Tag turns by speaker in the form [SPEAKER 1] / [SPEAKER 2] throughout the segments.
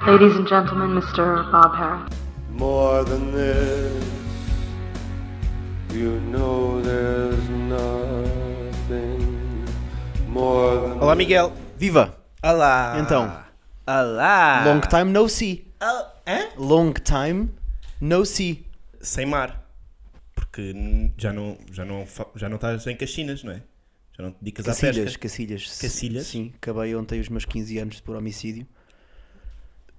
[SPEAKER 1] Ladies and gentlemen, Mr. Bob Harris.
[SPEAKER 2] More than this, you know there's nothing more than
[SPEAKER 3] Olá Miguel,
[SPEAKER 4] Viva!
[SPEAKER 3] olá.
[SPEAKER 4] Então.
[SPEAKER 3] olá.
[SPEAKER 4] Long time no see.
[SPEAKER 3] Ah, hã?
[SPEAKER 4] Long time no see.
[SPEAKER 3] Sem mar, porque n- já não já não fa- já não estás em Caxinas, não é? Já não te dedicas à
[SPEAKER 4] Cacilhas,
[SPEAKER 3] pesca.
[SPEAKER 4] Cacilhas.
[SPEAKER 3] Cacilhas?
[SPEAKER 4] Sim, acabei ontem os meus 15 anos por homicídio.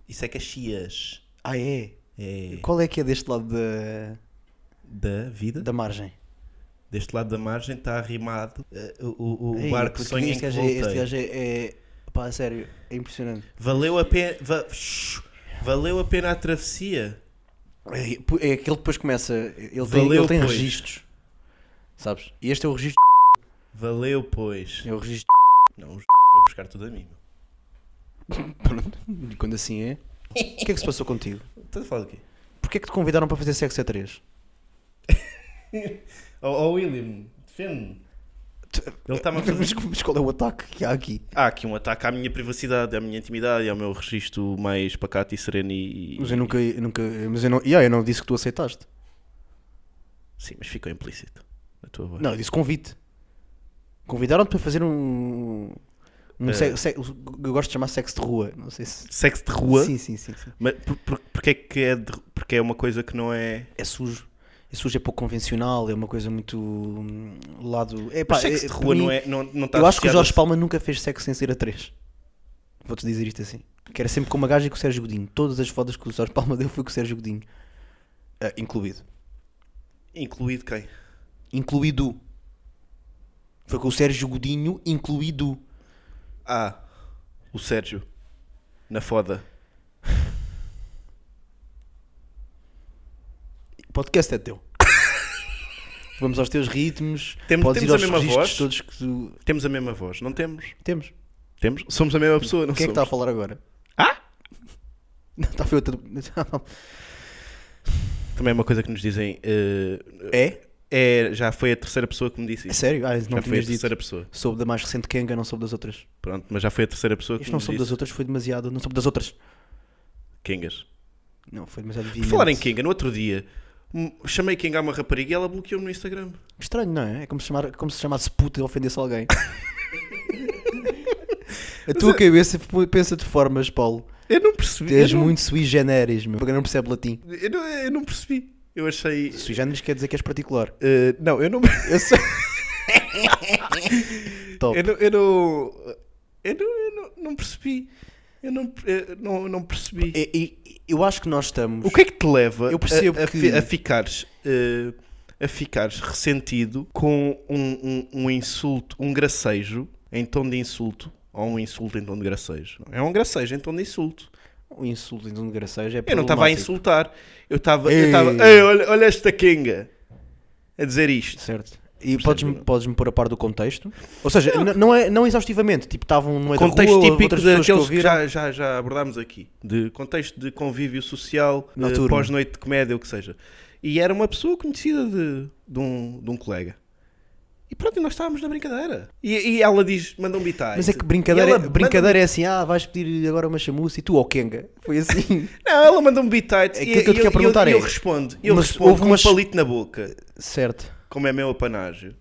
[SPEAKER 3] Isso é Caxias,
[SPEAKER 4] Ah, é?
[SPEAKER 3] é
[SPEAKER 4] Qual é que é deste lado da,
[SPEAKER 3] da vida.
[SPEAKER 4] da margem?
[SPEAKER 3] Deste lado da margem está arrimado eh, o- o, o
[SPEAKER 4] Ei,
[SPEAKER 3] barco
[SPEAKER 4] porque
[SPEAKER 3] sonho em
[SPEAKER 4] este
[SPEAKER 3] que
[SPEAKER 4] gajo, é-
[SPEAKER 3] voltei.
[SPEAKER 4] este gajo é, é. Pá, a sério, é impressionante.
[SPEAKER 3] Valeu a pena. va- Shhh. Valeu a pena a travessia.
[SPEAKER 4] É, pu- é aquele que depois começa. Ele tem,
[SPEAKER 3] Valeu,
[SPEAKER 4] ele tem
[SPEAKER 3] pois.
[SPEAKER 4] registros. Sabes? E este é o registro.
[SPEAKER 3] Valeu, pois.
[SPEAKER 4] É o registro.
[SPEAKER 3] Não, os vou buscar tudo a mim. meu.
[SPEAKER 4] Pronto. Quando assim é. O que é que se passou contigo?
[SPEAKER 3] Estás a falar do quê?
[SPEAKER 4] Porquê é que te convidaram para fazer sexo a 3?
[SPEAKER 3] Ó oh, William, defende-me. Ele está-me a fazer.
[SPEAKER 4] Mas, mas qual é o ataque que há aqui?
[SPEAKER 3] Há aqui um ataque à minha privacidade, à minha intimidade, e ao meu registro mais pacato e sereno e.
[SPEAKER 4] Mas eu nunca. eu nunca mas eu não, yeah, eu não disse que tu aceitaste.
[SPEAKER 3] Sim, mas ficou implícito na tua voz.
[SPEAKER 4] Não, eu disse convite. Convidaram-te para fazer um. um
[SPEAKER 3] Eh.
[SPEAKER 4] se- se- eu gosto de chamar sexo de rua. Não sei se.
[SPEAKER 3] Sexo de rua?
[SPEAKER 4] Sim, sim, sim. sim.
[SPEAKER 3] Mas por, por, porque é que é de, porque é uma coisa que não é.
[SPEAKER 4] É sujo. É sujo, é pouco convencional, é uma coisa muito. hum, lado. É, pá,
[SPEAKER 3] Mas sexo
[SPEAKER 4] é-
[SPEAKER 3] de
[SPEAKER 4] para
[SPEAKER 3] rua
[SPEAKER 4] mim,
[SPEAKER 3] não é. Não, não tá
[SPEAKER 4] Eu acho que o
[SPEAKER 3] associado a-
[SPEAKER 4] Jorge Palma nunca fez sexo sem ser a três. Vou-te dizer isto assim. Que era sempre com uma gaja e com o Sérgio Godinho. Todas as fotos que o Jorge Palma deu foi com o Sérgio Godinho. Ah, incluído.
[SPEAKER 3] Incluído quem?
[SPEAKER 4] Incluído. Foi com o Sérgio Godinho, incluído.
[SPEAKER 3] Ah, o Sérgio. Na foda.
[SPEAKER 4] O podcast é teu. Vamos aos teus ritmos.
[SPEAKER 3] Temos-
[SPEAKER 4] Podes
[SPEAKER 3] temos
[SPEAKER 4] ir
[SPEAKER 3] a
[SPEAKER 4] aos
[SPEAKER 3] mesma
[SPEAKER 4] registros
[SPEAKER 3] voz?
[SPEAKER 4] todos que tu...
[SPEAKER 3] Temos a mesma voz, não temos?
[SPEAKER 4] Temos.
[SPEAKER 3] Temos? Somos a mesma pessoa, não
[SPEAKER 4] Quem é que está a
[SPEAKER 3] somos?
[SPEAKER 4] falar agora?
[SPEAKER 3] Ah?
[SPEAKER 4] Não, está a ver outra... tá-
[SPEAKER 3] Também é uma coisa que nos dizem. eh,
[SPEAKER 4] É?
[SPEAKER 3] é, já foi a terceira pessoa que me disse
[SPEAKER 4] É
[SPEAKER 3] isso.
[SPEAKER 4] sério? Ah, não
[SPEAKER 3] já foi a
[SPEAKER 4] tinhas dito.
[SPEAKER 3] terceira pessoa.
[SPEAKER 4] Soube da mais recente Kenga, não soube das outras.
[SPEAKER 3] Pronto, mas já foi a terceira pessoa que
[SPEAKER 4] Isto não
[SPEAKER 3] nos
[SPEAKER 4] soube
[SPEAKER 3] disse. é
[SPEAKER 4] das outras, foi demasiado. Não soube das outras.
[SPEAKER 3] Kingas.
[SPEAKER 4] Não, foi demasiado
[SPEAKER 3] Por
[SPEAKER 4] violento.
[SPEAKER 3] falar em Kinga, no outro dia hum, chamei Kinga a uma rapariga e ela bloqueou-me no Instagram.
[SPEAKER 4] Estranho, não é? É como se, chamar, como se chamasse puta e ofendesse alguém. a tua
[SPEAKER 3] é-
[SPEAKER 4] cabeça pensa de formas, Paulo.
[SPEAKER 3] Eu não percebi.
[SPEAKER 4] Tu és
[SPEAKER 3] eu não-
[SPEAKER 4] muito sui generis, meu. Porque não percebe latim.
[SPEAKER 3] Eu não, eu não percebi. Eu achei.
[SPEAKER 4] Sui generis quer dizer que és particular.
[SPEAKER 3] eh, não, eu não.
[SPEAKER 4] Eu sei. Top.
[SPEAKER 3] Eu não. Eu não, eu não, eu não, não percebi. Eu não, eu não, não percebi.
[SPEAKER 4] E- e- eu acho que nós estamos.
[SPEAKER 3] O que é que te leva
[SPEAKER 4] Eu percebo
[SPEAKER 3] a, a,
[SPEAKER 4] que-
[SPEAKER 3] fi- a ficares eh, a ficares ressentido com um, um- um insulto, um gracejo em tom de insulto ou um insulto em tom de gracejo? É um gracejo em tom de insulto.
[SPEAKER 4] O insulto em tom de gracejo é
[SPEAKER 3] Eu não estava a
[SPEAKER 4] problemático.
[SPEAKER 3] insultar, eu estava,
[SPEAKER 4] Ei.
[SPEAKER 3] eu estava, ei, olha, olha esta quenga a dizer isto.
[SPEAKER 4] Certo. E
[SPEAKER 3] Percebes,
[SPEAKER 4] podes-me
[SPEAKER 3] não?
[SPEAKER 4] podes-me pôr a par do contexto? Ou seja, n- não, é, não exaustivamente. Tipo, estavam no meio da
[SPEAKER 3] Contexto
[SPEAKER 4] rua,
[SPEAKER 3] típico
[SPEAKER 4] outras pessoas
[SPEAKER 3] daqueles
[SPEAKER 4] que
[SPEAKER 3] que,
[SPEAKER 4] ouviram.
[SPEAKER 3] já, já, já abordámos aqui, de contexto de convívio social, eh,
[SPEAKER 4] Noturno.
[SPEAKER 3] pós-noite de comédia, o que seja. E era uma pessoa conhecida de, de, um, de um colega. E pronto, e nós estávamos na brincadeira. E, e ela diz, manda um bitite.
[SPEAKER 4] Mas é que brincadeira,
[SPEAKER 3] E ela
[SPEAKER 4] brincadeira é assim, ah, vais pedir agora uma chamuça e tu, ó Kenga. Foi assim.
[SPEAKER 3] manda- Não, ela manda um bitite
[SPEAKER 4] É
[SPEAKER 3] e,
[SPEAKER 4] que eu te
[SPEAKER 3] e
[SPEAKER 4] quero
[SPEAKER 3] eu, e eu,
[SPEAKER 4] perguntar
[SPEAKER 3] e eu
[SPEAKER 4] é,
[SPEAKER 3] respondo. Eu
[SPEAKER 4] mas
[SPEAKER 3] respondo
[SPEAKER 4] houve
[SPEAKER 3] com
[SPEAKER 4] umas-
[SPEAKER 3] um palito na boca,
[SPEAKER 4] certo.
[SPEAKER 3] como é meu apanágio.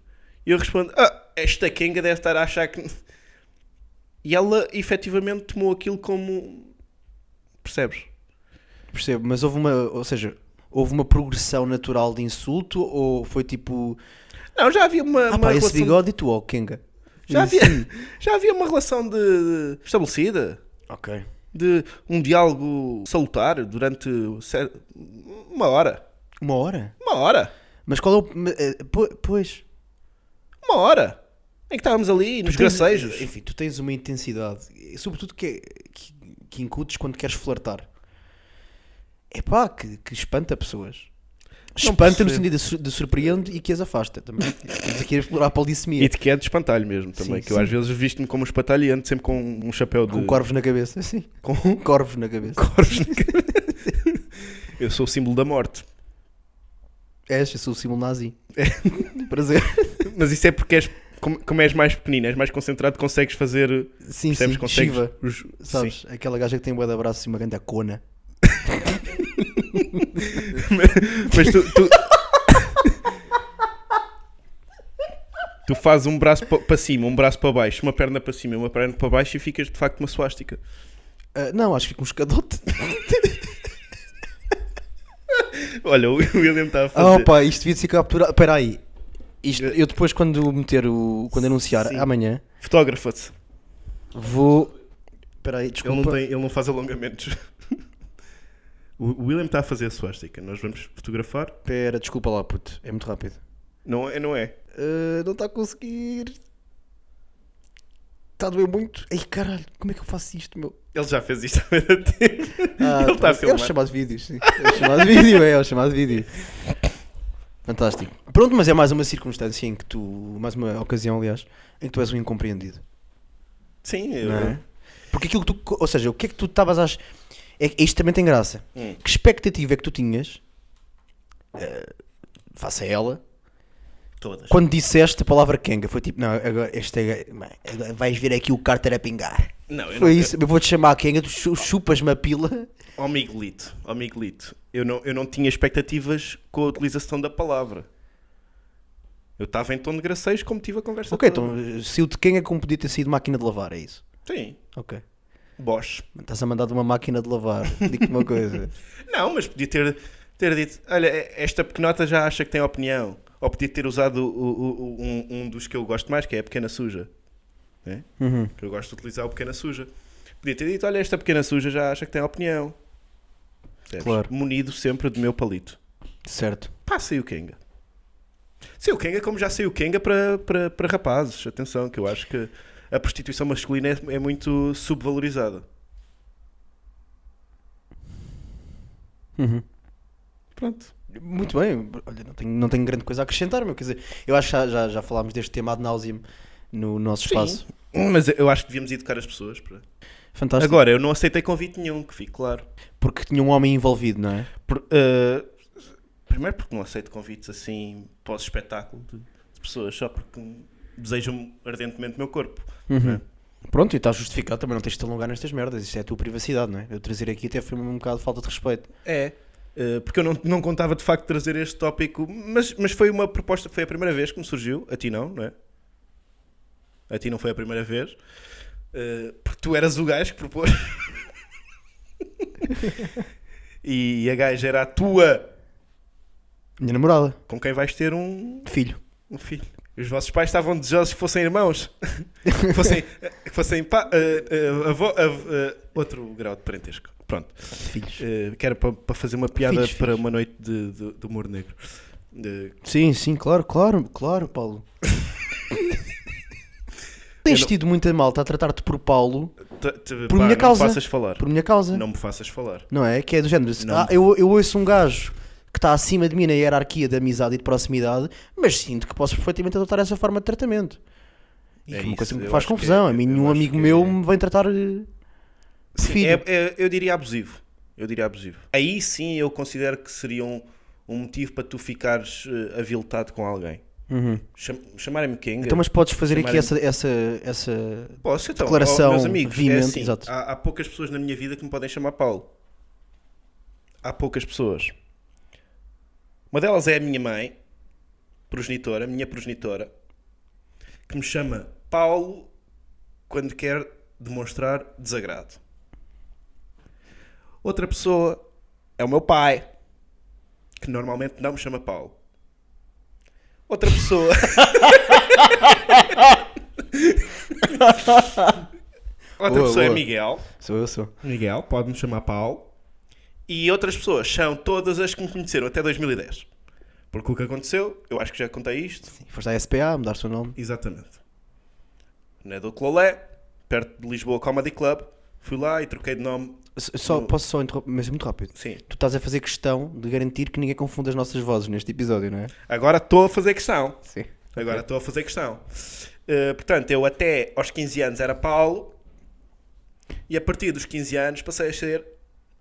[SPEAKER 3] E eu respondo, ah, esta quenga deve estar a achar que... E ela, efetivamente, tomou aquilo como... Percebes?
[SPEAKER 4] Percebo, mas houve uma, ou seja, houve uma progressão natural de insulto ou foi tipo,
[SPEAKER 3] Não, já havia uma,
[SPEAKER 4] ah
[SPEAKER 3] uma
[SPEAKER 4] pá, esse
[SPEAKER 3] relação...
[SPEAKER 4] bigode e tu, ó Kenga.
[SPEAKER 3] Já
[SPEAKER 4] Assim.
[SPEAKER 3] havia, já havia uma relação de, de- estabelecida,
[SPEAKER 4] Ok.
[SPEAKER 3] de um diálogo salutar durante cer- uma hora.
[SPEAKER 4] Uma hora?
[SPEAKER 3] Uma hora.
[SPEAKER 4] Mas qual é o... me- eh, po- Pois.
[SPEAKER 3] Uma hora. Em que estávamos ali, nos
[SPEAKER 4] Tu tens-
[SPEAKER 3] gracejos.
[SPEAKER 4] Enfim, tu tens uma intensidade, eh, sobretudo que, é- que, que incutes quando queres flertar. É pá, que, que espanta pessoas.
[SPEAKER 3] Não
[SPEAKER 4] Espanta no
[SPEAKER 3] percebo.
[SPEAKER 4] sentido de, sur- de surpreende e que as afasta também. Estamos aqui a explorar a polissemia.
[SPEAKER 3] E de que é de espantalho mesmo também,
[SPEAKER 4] Sim,
[SPEAKER 3] que eu
[SPEAKER 4] sim.
[SPEAKER 3] às vezes visto-me como espantalho e ando sempre com um chapéu de...
[SPEAKER 4] Com corvos na cabeça, sim.
[SPEAKER 3] com
[SPEAKER 4] Corvos na cabeça.
[SPEAKER 3] corvos na cabeça. Eu sou o símbolo da morte.
[SPEAKER 4] És, eu sou o símbolo nazi. Prazer.
[SPEAKER 3] Mas isso é porque és como, como és mais pequenino, és mais concentrado, consegues fazer.
[SPEAKER 4] Sim,
[SPEAKER 3] Percebes?
[SPEAKER 4] sim,
[SPEAKER 3] Consegues.
[SPEAKER 4] Shiva.
[SPEAKER 3] os-
[SPEAKER 4] Sabes? Aquela gaja que tem um bué de abraços e uma grande cona.
[SPEAKER 3] Mas tu. tu... Tu fazes um braço pa- para cima, um braço para baixo, uma perna para cima e uma perna para baixo e ficas de facto uma suástica.
[SPEAKER 4] Ah, não, acho que fica um escadote.
[SPEAKER 3] Olha, o William está a
[SPEAKER 4] Ah,
[SPEAKER 3] fazer.
[SPEAKER 4] opa, isto devia ser capturado. Espera aí. Isto- eu depois, quando meter o. Quando anunciar
[SPEAKER 3] Sim.
[SPEAKER 4] amanhã,
[SPEAKER 3] Fotógrafa-te.
[SPEAKER 4] vou. Espera aí,
[SPEAKER 3] Ele não,
[SPEAKER 4] desculpa.
[SPEAKER 3] tem, ele não faz alongamentos. o o William está a fazer a suástica. Nós vamos fotografar.
[SPEAKER 4] Espera, desculpa lá, puto. É muito rápido.
[SPEAKER 3] Não é, não é?
[SPEAKER 4] Ah, não está a conseguir. Está a doer muito. Ei, caralho, como é que eu faço isto, meu?
[SPEAKER 3] Ele já fez isto há muito tempo. ele está a
[SPEAKER 4] é o
[SPEAKER 3] filmar.
[SPEAKER 4] chamado vídeo, sim. É o chamado vídeo, é, é o chamado vídeo. Fantástico. Pronto, mas é mais uma circunstância em que tu, mais uma ocasião, aliás, em que tu és um incompreendido.
[SPEAKER 3] Sim, eu...
[SPEAKER 4] Não é? Porque aquilo que tu, ou seja, o que é que tu estavas a. ach- É, que isto também tem graça.
[SPEAKER 3] Hum.
[SPEAKER 4] Que expectativa é que tu tinhas eh, face a ela
[SPEAKER 3] todas.
[SPEAKER 4] quando disseste a palavra Kenga? Foi tipo, não, agora, este é, bem, agora vais ver aqui o Carter a pingar.
[SPEAKER 3] Não, eu não
[SPEAKER 4] Foi isso, eu vou-te chamar a Kenga, tu chu- chupas-me a pila.
[SPEAKER 3] Ó Miguelito, ó Miguelito, eu não, eu não tinha expectativas com a utilização da palavra. Eu estava em tom de gracejos como tive a conversa
[SPEAKER 4] Ok,
[SPEAKER 3] toda.
[SPEAKER 4] então se o de Kenga como podia ter sido máquina de lavar, é isso.
[SPEAKER 3] Sim,
[SPEAKER 4] Ok.
[SPEAKER 3] Bosch.
[SPEAKER 4] Estás a mandar de uma máquina de lavar. Digo-te uma coisa.
[SPEAKER 3] Não, mas podia ter, ter dito, olha, esta pequenota já acha que tem opinião. Ou podia ter usado o- o- o- um, um dos que eu gosto mais, que é a pequena suja. Né?
[SPEAKER 4] Uhum,
[SPEAKER 3] Que eu gosto de utilizar o pequena suja. Podia ter dito, olha, esta pequena suja já acha que tem opinião. Percebes?
[SPEAKER 4] Claro.
[SPEAKER 3] Munido sempre do meu palito.
[SPEAKER 4] certo.
[SPEAKER 3] Pá, saiu Kenga. Saiu Kenga como já saiu Kenga para- para para rapazes. Atenção, que eu acho que a prostituição masculina é, é muito subvalorizada.
[SPEAKER 4] Uhum.
[SPEAKER 3] Pronto.
[SPEAKER 4] Muito bem, olha, não tenho, não tenho grande coisa a acrescentar, meu. Quer dizer, eu acho que já, já, já falámos deste tema ad nauseam no nosso espaço.
[SPEAKER 3] Mas eu acho que devíamos educar as pessoas. para-
[SPEAKER 4] Fantástico.
[SPEAKER 3] Agora, eu não aceitei convite nenhum, que fique claro.
[SPEAKER 4] Porque tinha um homem envolvido, não é?
[SPEAKER 3] Por- eh, primeiro porque não aceito convites assim pós-espetáculo de, de pessoas, só porque desejam ardentemente o meu corpo. não é?
[SPEAKER 4] Pronto, e está justificado também, não tens de te alongar nestas merdas. Isto é a tua privacidade, não é? Eu trazer aqui até foi um bocado de falta de respeito.
[SPEAKER 3] É. eh, Porque eu não, não contava de facto trazer este tópico, mas, mas foi uma proposta, foi a primeira vez que me surgiu, a ti não, não é? A ti não foi a primeira vez, eh, porque tu eras o gajo que propôs. e a gaja era a tua,
[SPEAKER 4] Minha namorada,
[SPEAKER 3] com quem vais ter um,
[SPEAKER 4] filho.
[SPEAKER 3] um filho. E os vossos pais estavam desejosos que fossem irmãos, que fossem, que fossem pa- eh, eh, avó- av- eh, outro grau de parentesco. Pronto.
[SPEAKER 4] Filhos.
[SPEAKER 3] Eh, que era para fazer uma piada
[SPEAKER 4] Filhos,
[SPEAKER 3] para
[SPEAKER 4] filhos.
[SPEAKER 3] uma noite de, de, de humor negro. Eh,
[SPEAKER 4] Sim, sim, claro, claro, claro, Paulo. tens
[SPEAKER 3] Eu não-
[SPEAKER 4] tido muita malta a tratar-te por Paulo,
[SPEAKER 3] te- te-
[SPEAKER 4] Por
[SPEAKER 3] pá,
[SPEAKER 4] minha causa.
[SPEAKER 3] Não me faças falar.
[SPEAKER 4] por minha causa.
[SPEAKER 3] Não me faças falar.
[SPEAKER 4] Não é? Que é do género. se-
[SPEAKER 3] Não.
[SPEAKER 4] Ah, eu, eu ouço um gajo que está acima de mim na hierarquia de amizade e de proximidade, mas sinto que posso perfeitamente adotar essa forma de tratamento. E
[SPEAKER 3] É
[SPEAKER 4] é uma
[SPEAKER 3] isso,
[SPEAKER 4] coisa que me
[SPEAKER 3] eu
[SPEAKER 4] faz
[SPEAKER 3] acho que
[SPEAKER 4] confusão.
[SPEAKER 3] é-
[SPEAKER 4] a mim,
[SPEAKER 3] eu
[SPEAKER 4] nenhum
[SPEAKER 3] acho
[SPEAKER 4] amigo
[SPEAKER 3] que
[SPEAKER 4] meu
[SPEAKER 3] é-
[SPEAKER 4] me vem tratar. eh,
[SPEAKER 3] Sim,
[SPEAKER 4] filho.
[SPEAKER 3] é- é- eu diria abusivo. Eu diria abusivo. Aí sim eu considero que seria um, um motivo para tu ficares eh, aviltado com alguém. Cham, Chamarem-me Kenga.
[SPEAKER 4] Então, mas podes fazer aqui
[SPEAKER 3] Chamarem-
[SPEAKER 4] essa. essa, essa...
[SPEAKER 3] Posso então?
[SPEAKER 4] declaração
[SPEAKER 3] Oh, meus amigos, é
[SPEAKER 4] veemente,
[SPEAKER 3] assim,
[SPEAKER 4] exato.
[SPEAKER 3] há, há poucas pessoas na minha vida que me podem chamar Paulo. Há poucas pessoas. Uma delas é a minha mãe, progenitora, minha progenitora, que me chama Paulo quando quer demonstrar desagrado. Outra pessoa é o meu pai, que normalmente não me chama Paulo. Outra pessoa. Outra
[SPEAKER 4] Boa,
[SPEAKER 3] pessoa é
[SPEAKER 4] boa.
[SPEAKER 3] Miguel.
[SPEAKER 4] Sou eu, sou.
[SPEAKER 3] Miguel, pode-me chamar Paulo. E outras pessoas são todas as que me conheceram até 2010. Porque o que aconteceu, eu acho que já contei isto.
[SPEAKER 4] Sim, foste à SPA, mudaste o nome.
[SPEAKER 3] Exatamente. Na do Clolé, perto de Lisboa Comedy Club, fui lá e troquei de nome.
[SPEAKER 4] S- Só, Posso só interromper, mas é muito rápido.
[SPEAKER 3] Sim.
[SPEAKER 4] Tu estás a fazer questão de garantir que ninguém confunda as nossas vozes neste episódio, não é?
[SPEAKER 3] Agora estou a fazer questão.
[SPEAKER 4] Sim.
[SPEAKER 3] Agora estou a fazer questão. Uh, portanto, eu até aos 15 anos era Paulo e a partir dos 15 anos passei a ser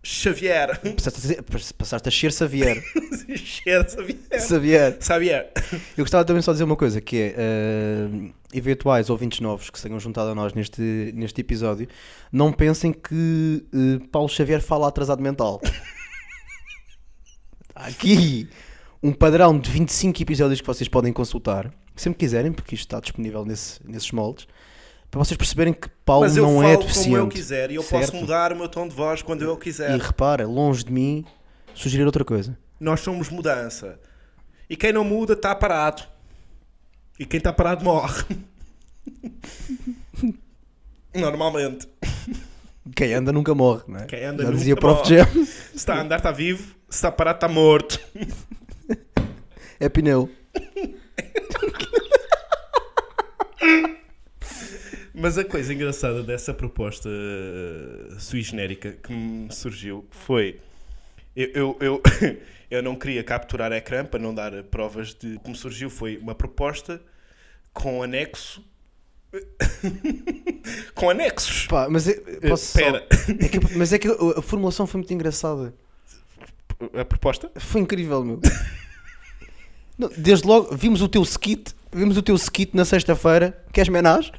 [SPEAKER 3] Xavier.
[SPEAKER 4] Passaste a, dizer- passaste a ser Xavier.
[SPEAKER 3] Xavier.
[SPEAKER 4] Xavier.
[SPEAKER 3] Xavier.
[SPEAKER 4] Eu gostava também só de dizer uma coisa, que é, eh, eventuais ouvintes novos que se tenham juntado a nós neste, neste episódio, não pensem que eh, Paulo Xavier fala atrasado mental. Há Aqui um padrão de 25 episódios que vocês podem consultar, sempre que quiserem, porque isto está disponível nesse- nesses moldes, para vocês perceberem que Paulo
[SPEAKER 3] Mas eu
[SPEAKER 4] não
[SPEAKER 3] falo
[SPEAKER 4] é deficiente.
[SPEAKER 3] como eu quiser e eu
[SPEAKER 4] certo?
[SPEAKER 3] posso mudar o meu tom de voz quando eu quiser.
[SPEAKER 4] E repara, longe de mim sugerir outra coisa.
[SPEAKER 3] Nós somos mudança. E quem não muda está parado. E quem está parado morre. Normalmente.
[SPEAKER 4] Quem anda nunca morre, não é?
[SPEAKER 3] Quem anda
[SPEAKER 4] Já
[SPEAKER 3] nunca
[SPEAKER 4] dizia Prof.
[SPEAKER 3] morre.
[SPEAKER 4] Jam,
[SPEAKER 3] Se está a andar, está vivo. Se está parado, está morto.
[SPEAKER 4] é pneu.
[SPEAKER 3] Mas a coisa engraçada dessa proposta eh, sui genérica que me surgiu foi. Eu, eu, eu, eu não queria capturar ecrã para não dar provas de. O que me surgiu foi uma proposta com anexo. com anexos.
[SPEAKER 4] Pá, mas é,
[SPEAKER 3] Eh,
[SPEAKER 4] posso só-
[SPEAKER 3] Espera.
[SPEAKER 4] é que- mas é que a a formulação foi muito engraçada.
[SPEAKER 3] A proposta?
[SPEAKER 4] Foi incrível, meu. Não, desde logo, vimos o teu skit, vimos o teu skit na sexta-feira. Queres menage?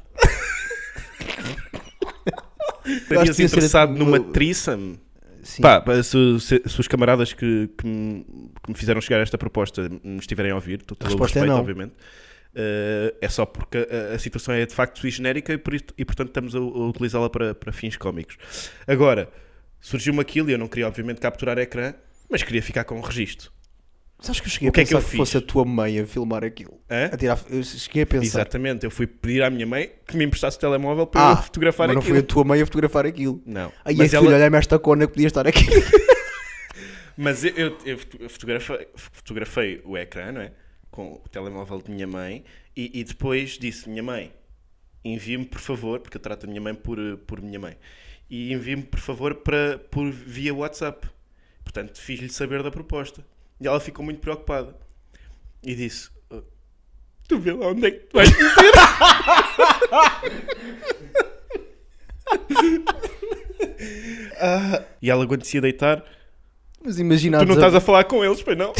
[SPEAKER 3] Estarias
[SPEAKER 4] devia ser
[SPEAKER 3] interessado
[SPEAKER 4] a-
[SPEAKER 3] numa
[SPEAKER 4] o-
[SPEAKER 3] threesome?
[SPEAKER 4] Sim.
[SPEAKER 3] Pá, pá, se, se- se os camaradas que, que me, que me fizeram chegar esta proposta me estiverem a ouvir, estou todo
[SPEAKER 4] A
[SPEAKER 3] o
[SPEAKER 4] resposta é
[SPEAKER 3] respeito,
[SPEAKER 4] não.
[SPEAKER 3] obviamente. eh, é só porque a, a situação é de facto sui genérica e, por isto- e, portanto estamos a, a utilizá-la para, para fins cómicos. Agora, surgiu-me aquilo e eu não queria, obviamente, capturar ecrã, mas queria ficar com o registro.
[SPEAKER 4] Sabes que eu cheguei
[SPEAKER 3] O que
[SPEAKER 4] a
[SPEAKER 3] é que eu
[SPEAKER 4] pensar que,
[SPEAKER 3] fiz?
[SPEAKER 4] fosse a tua mãe a filmar aquilo.
[SPEAKER 3] Hã?
[SPEAKER 4] A tirar, eu cheguei a pensar.
[SPEAKER 3] Exatamente, eu fui pedir à minha mãe que me emprestasse o telemóvel para
[SPEAKER 4] Ah,
[SPEAKER 3] eu fotografar
[SPEAKER 4] mas não
[SPEAKER 3] aquilo.
[SPEAKER 4] foi a tua mãe a fotografar aquilo.
[SPEAKER 3] Não,
[SPEAKER 4] Aí é a
[SPEAKER 3] mas,
[SPEAKER 4] filha,
[SPEAKER 3] ela,
[SPEAKER 4] olha-me esta cona que podia estar aqui.
[SPEAKER 3] Mas eu, eu, eu foto- fotografei, fotografei o ecrã, não é? Com o telemóvel de minha mãe e, e depois disse: Minha mãe, envie-me por favor, porque eu trato a minha mãe por, eh, por minha mãe, e envie-me por favor para, por, via WhatsApp. Portanto, fiz-lhe saber da proposta. E ela ficou muito preocupada e disse: "Ah, Tu vê lá onde é que tu vais meter? Ah, e ela, quando se ia deitar,
[SPEAKER 4] Mas imagina
[SPEAKER 3] tu não
[SPEAKER 4] desa-
[SPEAKER 3] estás a falar com eles, pois não?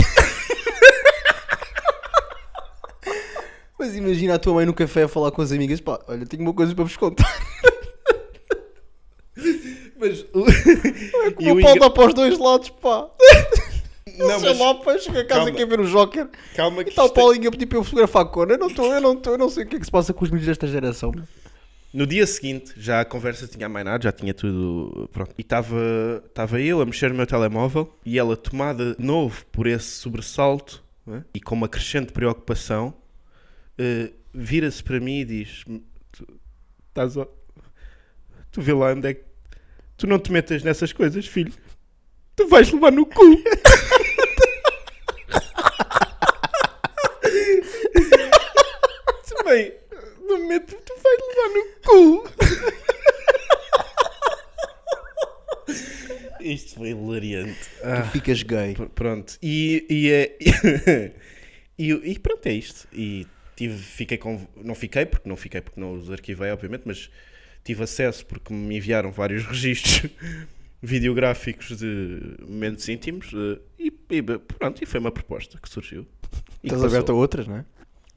[SPEAKER 4] Mas imagina a tua mãe no café a falar com as amigas, pá, olha, tenho uma coisa para vos contar.
[SPEAKER 3] Mas é
[SPEAKER 4] E o pau dá para os dois lados, pá.
[SPEAKER 3] Não,
[SPEAKER 4] Sei
[SPEAKER 3] mas
[SPEAKER 4] lá, pá, chega a casa
[SPEAKER 3] Calma.
[SPEAKER 4] quer ver o Joker.
[SPEAKER 3] calma que
[SPEAKER 4] E está o
[SPEAKER 3] isto é-
[SPEAKER 4] Então, Paulinho a pedir para eu fotografar a cona. Eu não estou, eu não estou, eu não sei o que é que se passa com os meninos desta geração. meu.
[SPEAKER 3] No dia seguinte, já a conversa tinha amainado, já tinha tudo pronto. E estava estava eu a mexer no meu telemóvel e ela tomada de novo por esse sobressalto não é? e com uma crescente preocupação, eh, vira-se para mim e diz: tu, estás a... tu vê lá onde é que. Tu não te metas nessas coisas, filho. Tu vais levar no cu. Tu, Bem, não me meto, tu vais levar no cu. Isto foi hilariante.
[SPEAKER 4] Tu Ah, ficas gay.
[SPEAKER 3] P- Ah, Pronto, e, e, é- e, e pronto, é isto. E tive, fiquei com. Não fiquei, porque não fiquei, porque não os arquivei, obviamente, mas tive acesso porque me enviaram vários registros videográficos de momentos íntimos eh, e, e pronto, e foi uma proposta que surgiu. E
[SPEAKER 4] Estás
[SPEAKER 3] que
[SPEAKER 4] aberto a
[SPEAKER 3] passou.
[SPEAKER 4] outras, não é?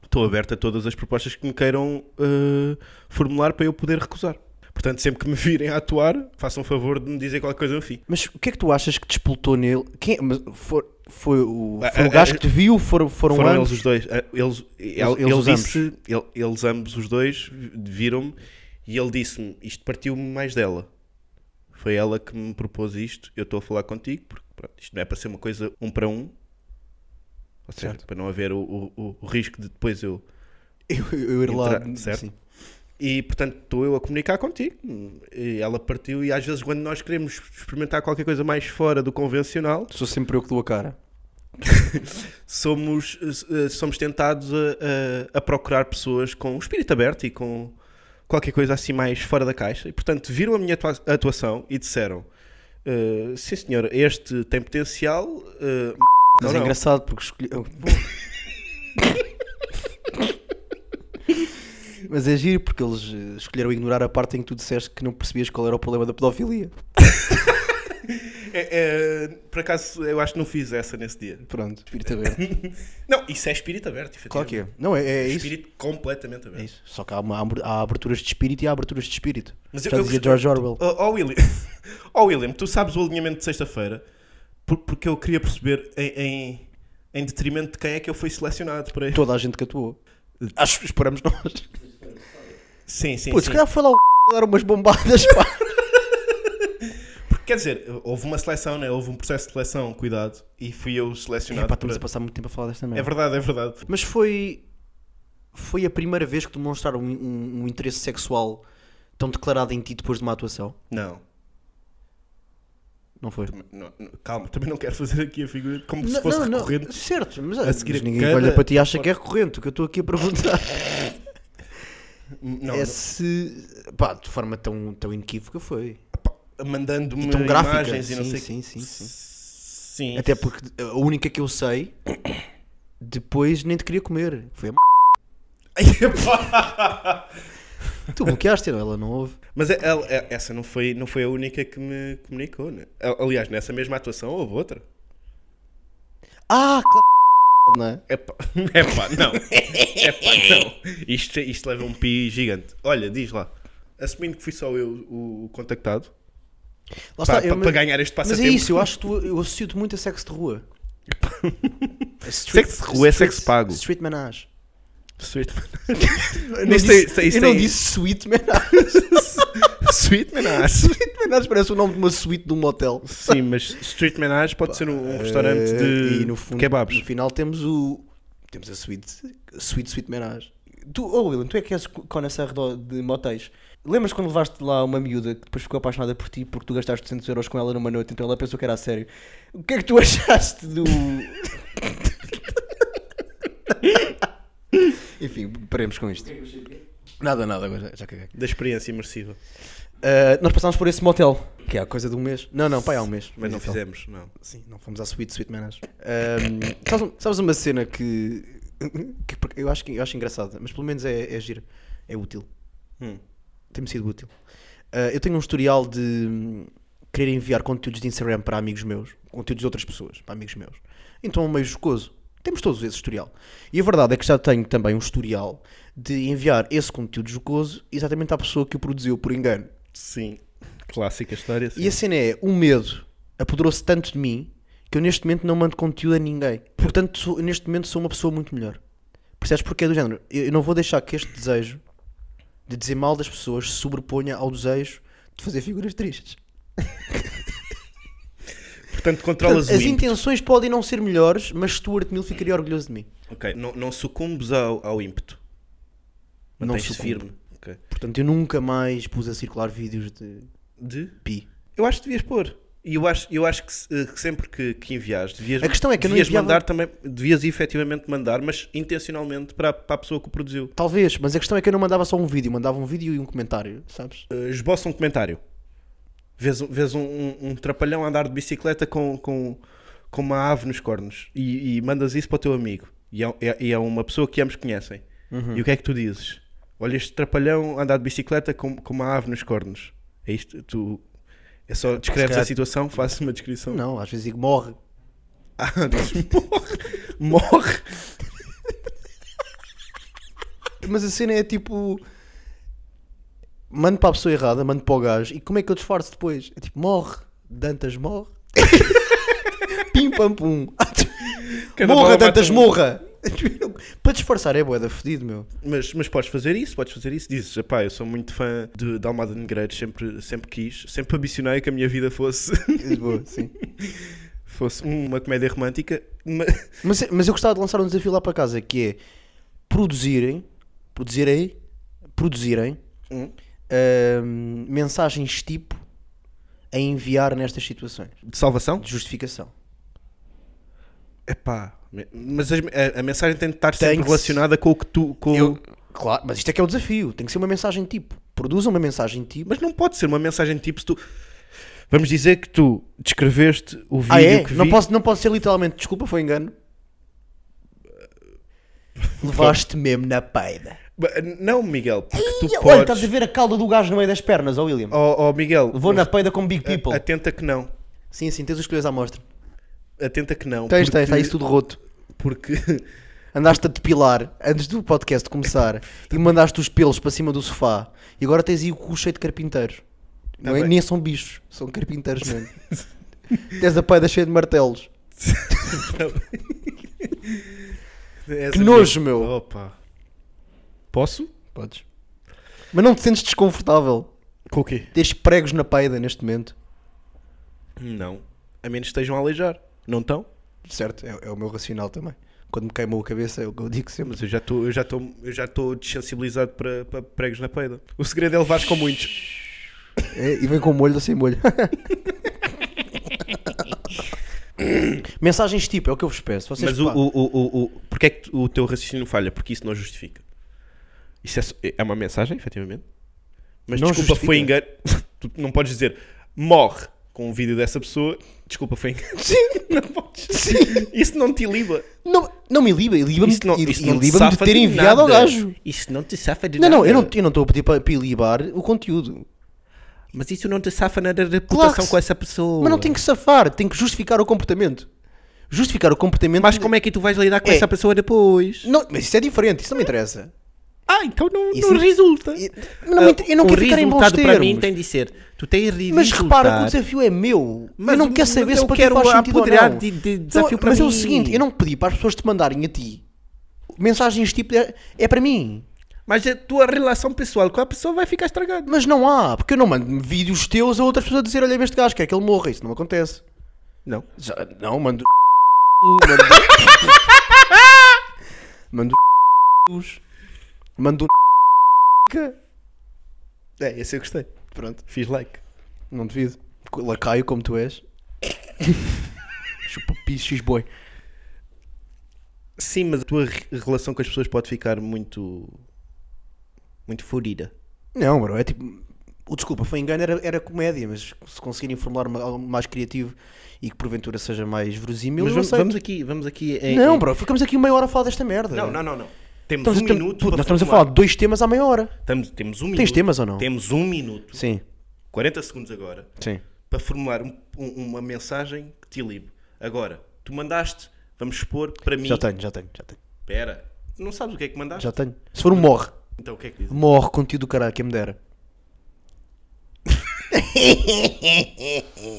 [SPEAKER 3] Estou aberto a todas as propostas que me queiram eh, formular para eu poder recusar. Portanto, sempre que me virem a atuar, façam favor de me dizer qualquer coisa no fim.
[SPEAKER 4] Mas o que é que tu achas que despoltou nele? Quem, mas foi, foi o,
[SPEAKER 3] Ah,
[SPEAKER 4] foi o
[SPEAKER 3] ah,
[SPEAKER 4] gajo
[SPEAKER 3] ah,
[SPEAKER 4] que te viu? Foram, foram,
[SPEAKER 3] Foram
[SPEAKER 4] ambos?
[SPEAKER 3] eles os dois. Ah, Eles, ele,
[SPEAKER 4] um Eles-
[SPEAKER 3] ele
[SPEAKER 4] eles
[SPEAKER 3] disse, ele- eles ambos os dois vi- viram-me e ele disse-me: Isto partiu-me mais dela. Foi ela que me propôs isto. Eu estou a falar contigo, porque pronto, isto não é para ser uma coisa um para um. Ou seja, para não haver o, o- o- o risco de depois eu.
[SPEAKER 4] Eu, eu ir lá.
[SPEAKER 3] Entrar, certo.
[SPEAKER 4] sim.
[SPEAKER 3] E portanto estou eu a comunicar contigo. E ela partiu, e às vezes, quando nós queremos experimentar qualquer coisa mais fora do convencional,
[SPEAKER 4] Sou sempre eu que dou a cara.
[SPEAKER 3] somos, eh, somos tentados a, a- a procurar pessoas com o espírito aberto e com qualquer coisa assim mais fora da caixa. E, portanto, viram a minha atua- atuação e disseram: eh, Sim, senhor, este tem potencial. eh,
[SPEAKER 4] Mas
[SPEAKER 3] não,
[SPEAKER 4] é
[SPEAKER 3] não."
[SPEAKER 4] engraçado porque escolhi. eu- Mas é giro porque eles eh, escolheram ignorar a parte em que tu disseste que não percebias qual era o problema da pedofilia.
[SPEAKER 3] é- é- por acaso, eu acho que não fiz essa nesse dia.
[SPEAKER 4] Pronto, espírito aberto.
[SPEAKER 3] Não, isso é espírito aberto, efetivamente.
[SPEAKER 4] Claro que é. Não, é, é isso.
[SPEAKER 3] Espírito completamente aberto.
[SPEAKER 4] É isso. Só que há, uma- há abr- há aberturas de espírito e há aberturas de espírito.
[SPEAKER 3] Mas
[SPEAKER 4] Já
[SPEAKER 3] eu- eu
[SPEAKER 4] dizia
[SPEAKER 3] gost-
[SPEAKER 4] George Orwell.
[SPEAKER 3] Ó ó, William, ó, William, tu sabes o alinhamento de sexta-feira por- porque eu queria perceber em, em, em detrimento de quem é que eu fui selecionado para este.
[SPEAKER 4] Toda a gente que atuou. Acho que esperamos nós.
[SPEAKER 3] Sim, sim,
[SPEAKER 4] Putz, se
[SPEAKER 3] sim.
[SPEAKER 4] calhar foi lá o dar umas bombadas, pá.
[SPEAKER 3] Porque, quer dizer, houve uma seleção, né? houve um processo de seleção, cuidado, e fui eu
[SPEAKER 4] É,
[SPEAKER 3] selecionado.
[SPEAKER 4] pá,
[SPEAKER 3] para-
[SPEAKER 4] estamos a passar muito tempo a falar desta merda.
[SPEAKER 3] É verdade, é verdade.
[SPEAKER 4] Mas foi. Foi a primeira vez que demonstraram um, um- um interesse sexual tão declarado em ti depois de uma atuação?
[SPEAKER 3] Não,
[SPEAKER 4] Não foi?
[SPEAKER 3] não, não, calma, também não quero fazer aqui a figura como se fosse recorrente.
[SPEAKER 4] Certo, mas,
[SPEAKER 3] A seguir
[SPEAKER 4] mas
[SPEAKER 3] a
[SPEAKER 4] ninguém
[SPEAKER 3] cada-
[SPEAKER 4] olha para ti e acha que é recorrente. O que eu estou aqui a perguntar
[SPEAKER 3] Não,
[SPEAKER 4] é se. pá, de forma tão, tão inequívoca foi.
[SPEAKER 3] não, mandando-me
[SPEAKER 4] E tão gráfica.
[SPEAKER 3] imagens e não
[SPEAKER 4] um é? Sim,
[SPEAKER 3] sei
[SPEAKER 4] sim,
[SPEAKER 3] que-
[SPEAKER 4] sim, sim.
[SPEAKER 3] Sim.
[SPEAKER 4] Até porque a única que eu sei. Depois nem te queria comer. Foi a m...
[SPEAKER 3] Ai, pá.
[SPEAKER 4] Tu bloqueaste, não? Ela não ouve.
[SPEAKER 3] Mas é- ela- é- essa não foi, não foi a única que me comunicou, né? A- Aliás, nessa mesma atuação houve outra.
[SPEAKER 4] Ah, claro, não é?
[SPEAKER 3] É pá, é pá não. É pá, não. Isto, isto leva um pi gigante. Olha, diz lá. Assumindo que fui só eu o contactado
[SPEAKER 4] Lá
[SPEAKER 3] pá,
[SPEAKER 4] está,
[SPEAKER 3] pá-
[SPEAKER 4] Ah, eu-
[SPEAKER 3] para ganhar este
[SPEAKER 4] Mas
[SPEAKER 3] passatempo.
[SPEAKER 4] é isso, eu acho que tu, eu associo-te muito a sexo de rua. A street-
[SPEAKER 3] Sexo de rua é
[SPEAKER 4] street-
[SPEAKER 3] sexo pago.
[SPEAKER 4] Street menage.
[SPEAKER 3] Sweet
[SPEAKER 4] Eu
[SPEAKER 3] Isto tem- isto tem-
[SPEAKER 4] eu não disse sweet menage.
[SPEAKER 3] Sweet Menage.
[SPEAKER 4] Sweet menage parece o nome de uma suíte de um motel.
[SPEAKER 3] Sim, mas Street Menage pode ser um, um restaurante de
[SPEAKER 4] Eh, e no fundo,
[SPEAKER 3] kebabs.
[SPEAKER 4] No final temos o... Temos a suíte. Suíte, suíte menage. Tu, oh William, tu é que és conhece a redor de motéis. Lembras quando levaste lá uma miúda que depois ficou apaixonada por ti porque tu gastaste 200 euros com ela numa noite, então ela pensou que era a sério. O que é que tu achaste do... Enfim, paremos com isto. Nada, nada, agora já- já caguei.
[SPEAKER 3] Da experiência imersiva.
[SPEAKER 4] Ah, nós passámos por esse motel, que é a coisa de um mês. Não, não, pai, há um mês.
[SPEAKER 3] Mas não
[SPEAKER 4] Então.
[SPEAKER 3] fizemos, não.
[SPEAKER 4] Sim, não fomos à suíte, suíte menas. Ahm, sabes, um, sabes uma cena que, que por- eu, acho, que- eu acho engraçada, mas pelo menos é, é gira, é útil.
[SPEAKER 3] Hum.
[SPEAKER 4] Tem-me sido útil. Ah, eu tenho um historial de hum, querer enviar conteúdos de Instagram para amigos meus, conteúdos de outras pessoas, para amigos meus. Então é meio jocoso. Temos todos esse historial. E a verdade é que já tenho também um historial de enviar esse conteúdo jocoso exatamente à pessoa que o produziu por engano.
[SPEAKER 3] Sim. Clássica história. Sim.
[SPEAKER 4] E a cena é, o medo apoderou-se tanto de mim que eu neste momento não mando conteúdo a ninguém. Portanto, sou- neste momento sou uma pessoa muito melhor. Percebes porque é do género? Eu eu não vou deixar que este desejo de dizer mal das pessoas se sobreponha ao desejo de fazer figuras tristes.
[SPEAKER 3] Portanto, controlas
[SPEAKER 4] Portanto,
[SPEAKER 3] o
[SPEAKER 4] as
[SPEAKER 3] ímpeto.
[SPEAKER 4] intenções podem não ser melhores, mas Stuart Mill ficaria orgulhoso de mim.
[SPEAKER 3] Ok, não, não sucumbes ao, ao ímpeto.
[SPEAKER 4] Não
[SPEAKER 3] Mantens-te
[SPEAKER 4] sucumbo.
[SPEAKER 3] firme. Ok.
[SPEAKER 4] Portanto, eu nunca mais pus a circular vídeos de
[SPEAKER 3] De?
[SPEAKER 4] pi.
[SPEAKER 3] Eu acho que devias pôr. E eu acho, eu acho que, se- eh, que sempre que, que enviares, devias,
[SPEAKER 4] A questão é que eu não
[SPEAKER 3] devias
[SPEAKER 4] enviava-
[SPEAKER 3] mandar também, devias efetivamente mandar, mas intencionalmente para, a- para a pessoa que o produziu.
[SPEAKER 4] Talvez, mas a questão é que eu não mandava só um vídeo, mandava um vídeo e um comentário, sabes?
[SPEAKER 3] Eh, esboça um comentário. Vês, um- vês um, um, um trapalhão a andar de bicicleta com, com, com uma ave nos cornos e, e mandas isso para o teu amigo. E é, é- e é uma pessoa que ambos conhecem.
[SPEAKER 4] Uhum.
[SPEAKER 3] E o que é que tu dizes? Olha, este trapalhão a andar de bicicleta com, com uma ave nos cornos. É isto? Tu é só descreves
[SPEAKER 4] calhar-
[SPEAKER 3] a situação, fazes uma descrição.
[SPEAKER 4] Não, às vezes digo morre.
[SPEAKER 3] Ah, dizes, morre. Morre.
[SPEAKER 4] Mas a cena é tipo. Mando para a pessoa errada, mando para o gajo. E como é que eu disfarço depois? É tipo, morre. Dantas morre. Pim pam pum.
[SPEAKER 3] Cada bola
[SPEAKER 4] morra,
[SPEAKER 3] mata
[SPEAKER 4] Dantas
[SPEAKER 3] um.
[SPEAKER 4] morra. para disfarçar é boeda, fodido, meu.
[SPEAKER 3] Mas, mas podes fazer isso, podes fazer isso. Dizes, pá, eu sou muito fã de, de Almada Negreiros, sempre, sempre quis, sempre ambicionei que a minha vida fosse,
[SPEAKER 4] É boa, sim.
[SPEAKER 3] fosse uma comédia romântica. ma-
[SPEAKER 4] Mas, mas eu gostava de lançar um desafio lá para casa que é produzirem, produzirem, produzirem
[SPEAKER 3] Hum.
[SPEAKER 4] ahm, mensagens tipo a enviar nestas situações
[SPEAKER 3] De salvação?
[SPEAKER 4] de justificação.
[SPEAKER 3] É pá. Mas as- a, a mensagem tem de estar
[SPEAKER 4] Tem
[SPEAKER 3] sempre
[SPEAKER 4] que se-
[SPEAKER 3] relacionada com o que tu. Com...
[SPEAKER 4] Eu- claro, mas isto é que é o desafio. Tem que ser uma mensagem tipo. Produza uma mensagem tipo.
[SPEAKER 3] Mas não pode ser uma mensagem tipo se tu. Vamos dizer que tu descreveste o vídeo
[SPEAKER 4] ah, é?
[SPEAKER 3] que
[SPEAKER 4] Não
[SPEAKER 3] vi.
[SPEAKER 4] posso, não posso ser literalmente. Desculpa, foi engano. Levaste mesmo na peida.
[SPEAKER 3] Ba- Não, Miguel, porque tu
[SPEAKER 4] Ih, Olha, estás a
[SPEAKER 3] podes.
[SPEAKER 4] ver a cauda do gajo no meio das pernas, ó William.
[SPEAKER 3] Oh, oh, Miguel,
[SPEAKER 4] Levou na peida com Big
[SPEAKER 3] a-
[SPEAKER 4] People.
[SPEAKER 3] atenta que não.
[SPEAKER 4] Sim, sim, tens os colhões à mostra.
[SPEAKER 3] Atenta que não.
[SPEAKER 4] Tens,
[SPEAKER 3] porque,
[SPEAKER 4] tens, Então está isso tudo roto.
[SPEAKER 3] Porque
[SPEAKER 4] Andaste a depilar antes do podcast começar e mandaste os pelos para cima do sofá e agora tens aí o cu cheio de carpinteiros. Não é-
[SPEAKER 3] bem.
[SPEAKER 4] nem são bichos, são carpinteiros mesmo. tens a paida cheia de martelos.
[SPEAKER 3] Essa
[SPEAKER 4] Que nojo, meu.
[SPEAKER 3] Opa. Posso?
[SPEAKER 4] Podes. Mas não te sentes desconfortável.
[SPEAKER 3] Com o quê?
[SPEAKER 4] Tens pregos na paida neste momento.
[SPEAKER 3] Não. A menos que estejam a aleijar. Não estão?
[SPEAKER 4] Certo, é, é o meu racional também. Quando me queimou a cabeça, é o que eu digo sempre.
[SPEAKER 3] Mas eu já estou, eu já estou, eu já estou desensibilizado para, para pregos na peida. O segredo é levares com muitos.
[SPEAKER 4] É, e vem com molho ou sem molho. Mensagens tipo, é o que eu vos peço. Vocês,
[SPEAKER 3] Mas o,
[SPEAKER 4] pá,
[SPEAKER 3] o, o, o, o porque é que o teu raciocínio falha? Porque isso não justifica. Isso é, só- é uma mensagem, efetivamente. Mas
[SPEAKER 4] Não
[SPEAKER 3] desculpa, foi engano.
[SPEAKER 4] justifica.
[SPEAKER 3] Tu não podes dizer morre com um vídeo dessa pessoa. Desculpa, foi engano. Sim, não podes.
[SPEAKER 4] Sim.
[SPEAKER 3] Isso não te liba.
[SPEAKER 4] não, não me liba, liba-me
[SPEAKER 3] Isso não, isso não te
[SPEAKER 4] liba de
[SPEAKER 3] safa
[SPEAKER 4] ter
[SPEAKER 3] de
[SPEAKER 4] enviado ao
[SPEAKER 3] nada.
[SPEAKER 4] gajo.
[SPEAKER 3] Isso não te safa de
[SPEAKER 4] Não,
[SPEAKER 3] nada.
[SPEAKER 4] não, eu não eu não estou a pedir para, para libar o conteúdo.
[SPEAKER 3] Mas isso não te safa nada da reputação
[SPEAKER 4] Claro que se-
[SPEAKER 3] com essa pessoa.
[SPEAKER 4] Mas não tem que safar, tem que justificar o comportamento. Justificar o comportamento.
[SPEAKER 3] Mas como é que tu vais lidar com
[SPEAKER 4] É.
[SPEAKER 3] essa pessoa depois?
[SPEAKER 4] Não, mas isso é diferente, isso não me interessa.
[SPEAKER 3] Ah, então não,
[SPEAKER 4] Isso
[SPEAKER 3] não
[SPEAKER 4] não-
[SPEAKER 3] resulta.
[SPEAKER 4] E- mas não me inter- eu não
[SPEAKER 3] Ah, o
[SPEAKER 4] quero ficar em bons
[SPEAKER 3] resultado para mim
[SPEAKER 4] termos.
[SPEAKER 3] tem de ser. Tu tens de
[SPEAKER 4] Mas
[SPEAKER 3] resultar.
[SPEAKER 4] repara que o desafio é meu.
[SPEAKER 3] Mas
[SPEAKER 4] eu não quero
[SPEAKER 3] eu-
[SPEAKER 4] saber
[SPEAKER 3] eu
[SPEAKER 4] se para
[SPEAKER 3] quero
[SPEAKER 4] ti faz sentido ou
[SPEAKER 3] apoderar
[SPEAKER 4] não.
[SPEAKER 3] de- de desafio
[SPEAKER 4] Não,
[SPEAKER 3] para
[SPEAKER 4] mas é o
[SPEAKER 3] mim.
[SPEAKER 4] seguinte, eu não pedi para as pessoas te mandarem a ti. Mensagens tipo é, é para mim.
[SPEAKER 3] Mas a tua relação pessoal com a pessoa vai ficar estragada.
[SPEAKER 4] Mas não há, porque eu não mando vídeos teus a outras pessoas a dizer olha este gajo, quer que ele morra, isso não acontece.
[SPEAKER 3] Não.
[SPEAKER 4] Já- não, mando mando mando mando
[SPEAKER 3] É, esse eu gostei. Pronto. Fiz like.
[SPEAKER 4] Não devido. Lacaio como tu és. Chupa pichos, boi.
[SPEAKER 3] Sim, mas a tua re- relação com as pessoas pode ficar muito. muito furida.
[SPEAKER 4] Não, bro, é tipo. O desculpa, foi engano, era, era comédia, mas se conseguirem formular uma- algo mais criativo e que porventura seja mais verosímil,
[SPEAKER 3] Mas
[SPEAKER 4] eu
[SPEAKER 3] vamos,
[SPEAKER 4] aceito.
[SPEAKER 3] vamos aqui. Vamos aqui em-
[SPEAKER 4] Não,
[SPEAKER 3] em-
[SPEAKER 4] bro, ficamos aqui meia hora a falar desta merda.
[SPEAKER 3] Não, não, não. não. Temos
[SPEAKER 4] Estamos,
[SPEAKER 3] um
[SPEAKER 4] estamos-
[SPEAKER 3] minuto.
[SPEAKER 4] puto, é.
[SPEAKER 3] para
[SPEAKER 4] Então, nós estamos a falar
[SPEAKER 3] formular.
[SPEAKER 4] de dois temas à meia hora.
[SPEAKER 3] Estamos, temos um minuto.
[SPEAKER 4] temas ou não?
[SPEAKER 3] Temos um minuto.
[SPEAKER 4] Sim,
[SPEAKER 3] 40 segundos agora.
[SPEAKER 4] sim.
[SPEAKER 3] para formular um- um- uma mensagem que te libe. Agora, tu mandaste, vamos expor para mim.
[SPEAKER 4] Já tenho, já tenho, já tenho.
[SPEAKER 3] Pera, não sabes o que é que mandaste?
[SPEAKER 4] Já tenho. Se for um morre,
[SPEAKER 3] Então o que é que dizes?
[SPEAKER 4] morre contigo do caralho, quem me dera.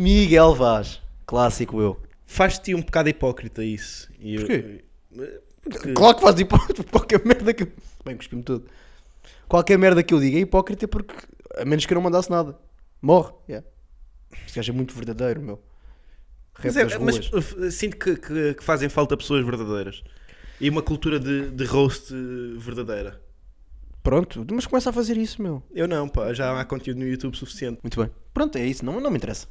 [SPEAKER 4] Miguel Vaz, clássico eu.
[SPEAKER 3] Faz-te um bocado hipócrita isso. E eu-
[SPEAKER 4] Porquê?
[SPEAKER 3] Porque-
[SPEAKER 4] Claro que faz hipócrita por qualquer merda que eu. Bem, cuspi-me tudo. Qualquer merda que eu diga é hipócrita porque. A menos que eu não mandasse nada. Morre. Yeah. Este gajo é muito verdadeiro, meu. Rap
[SPEAKER 3] Mas, é-
[SPEAKER 4] das
[SPEAKER 3] mas,
[SPEAKER 4] ruas.
[SPEAKER 3] uh, sinto que, que- que fazem falta pessoas verdadeiras. E uma cultura de, de roast uh, verdadeira.
[SPEAKER 4] Pronto, mas começa a fazer isso, meu.
[SPEAKER 3] Eu não, pá, já há conteúdo no YouTube suficiente.
[SPEAKER 4] Muito bem. Pronto, é isso. Não, não me interessa.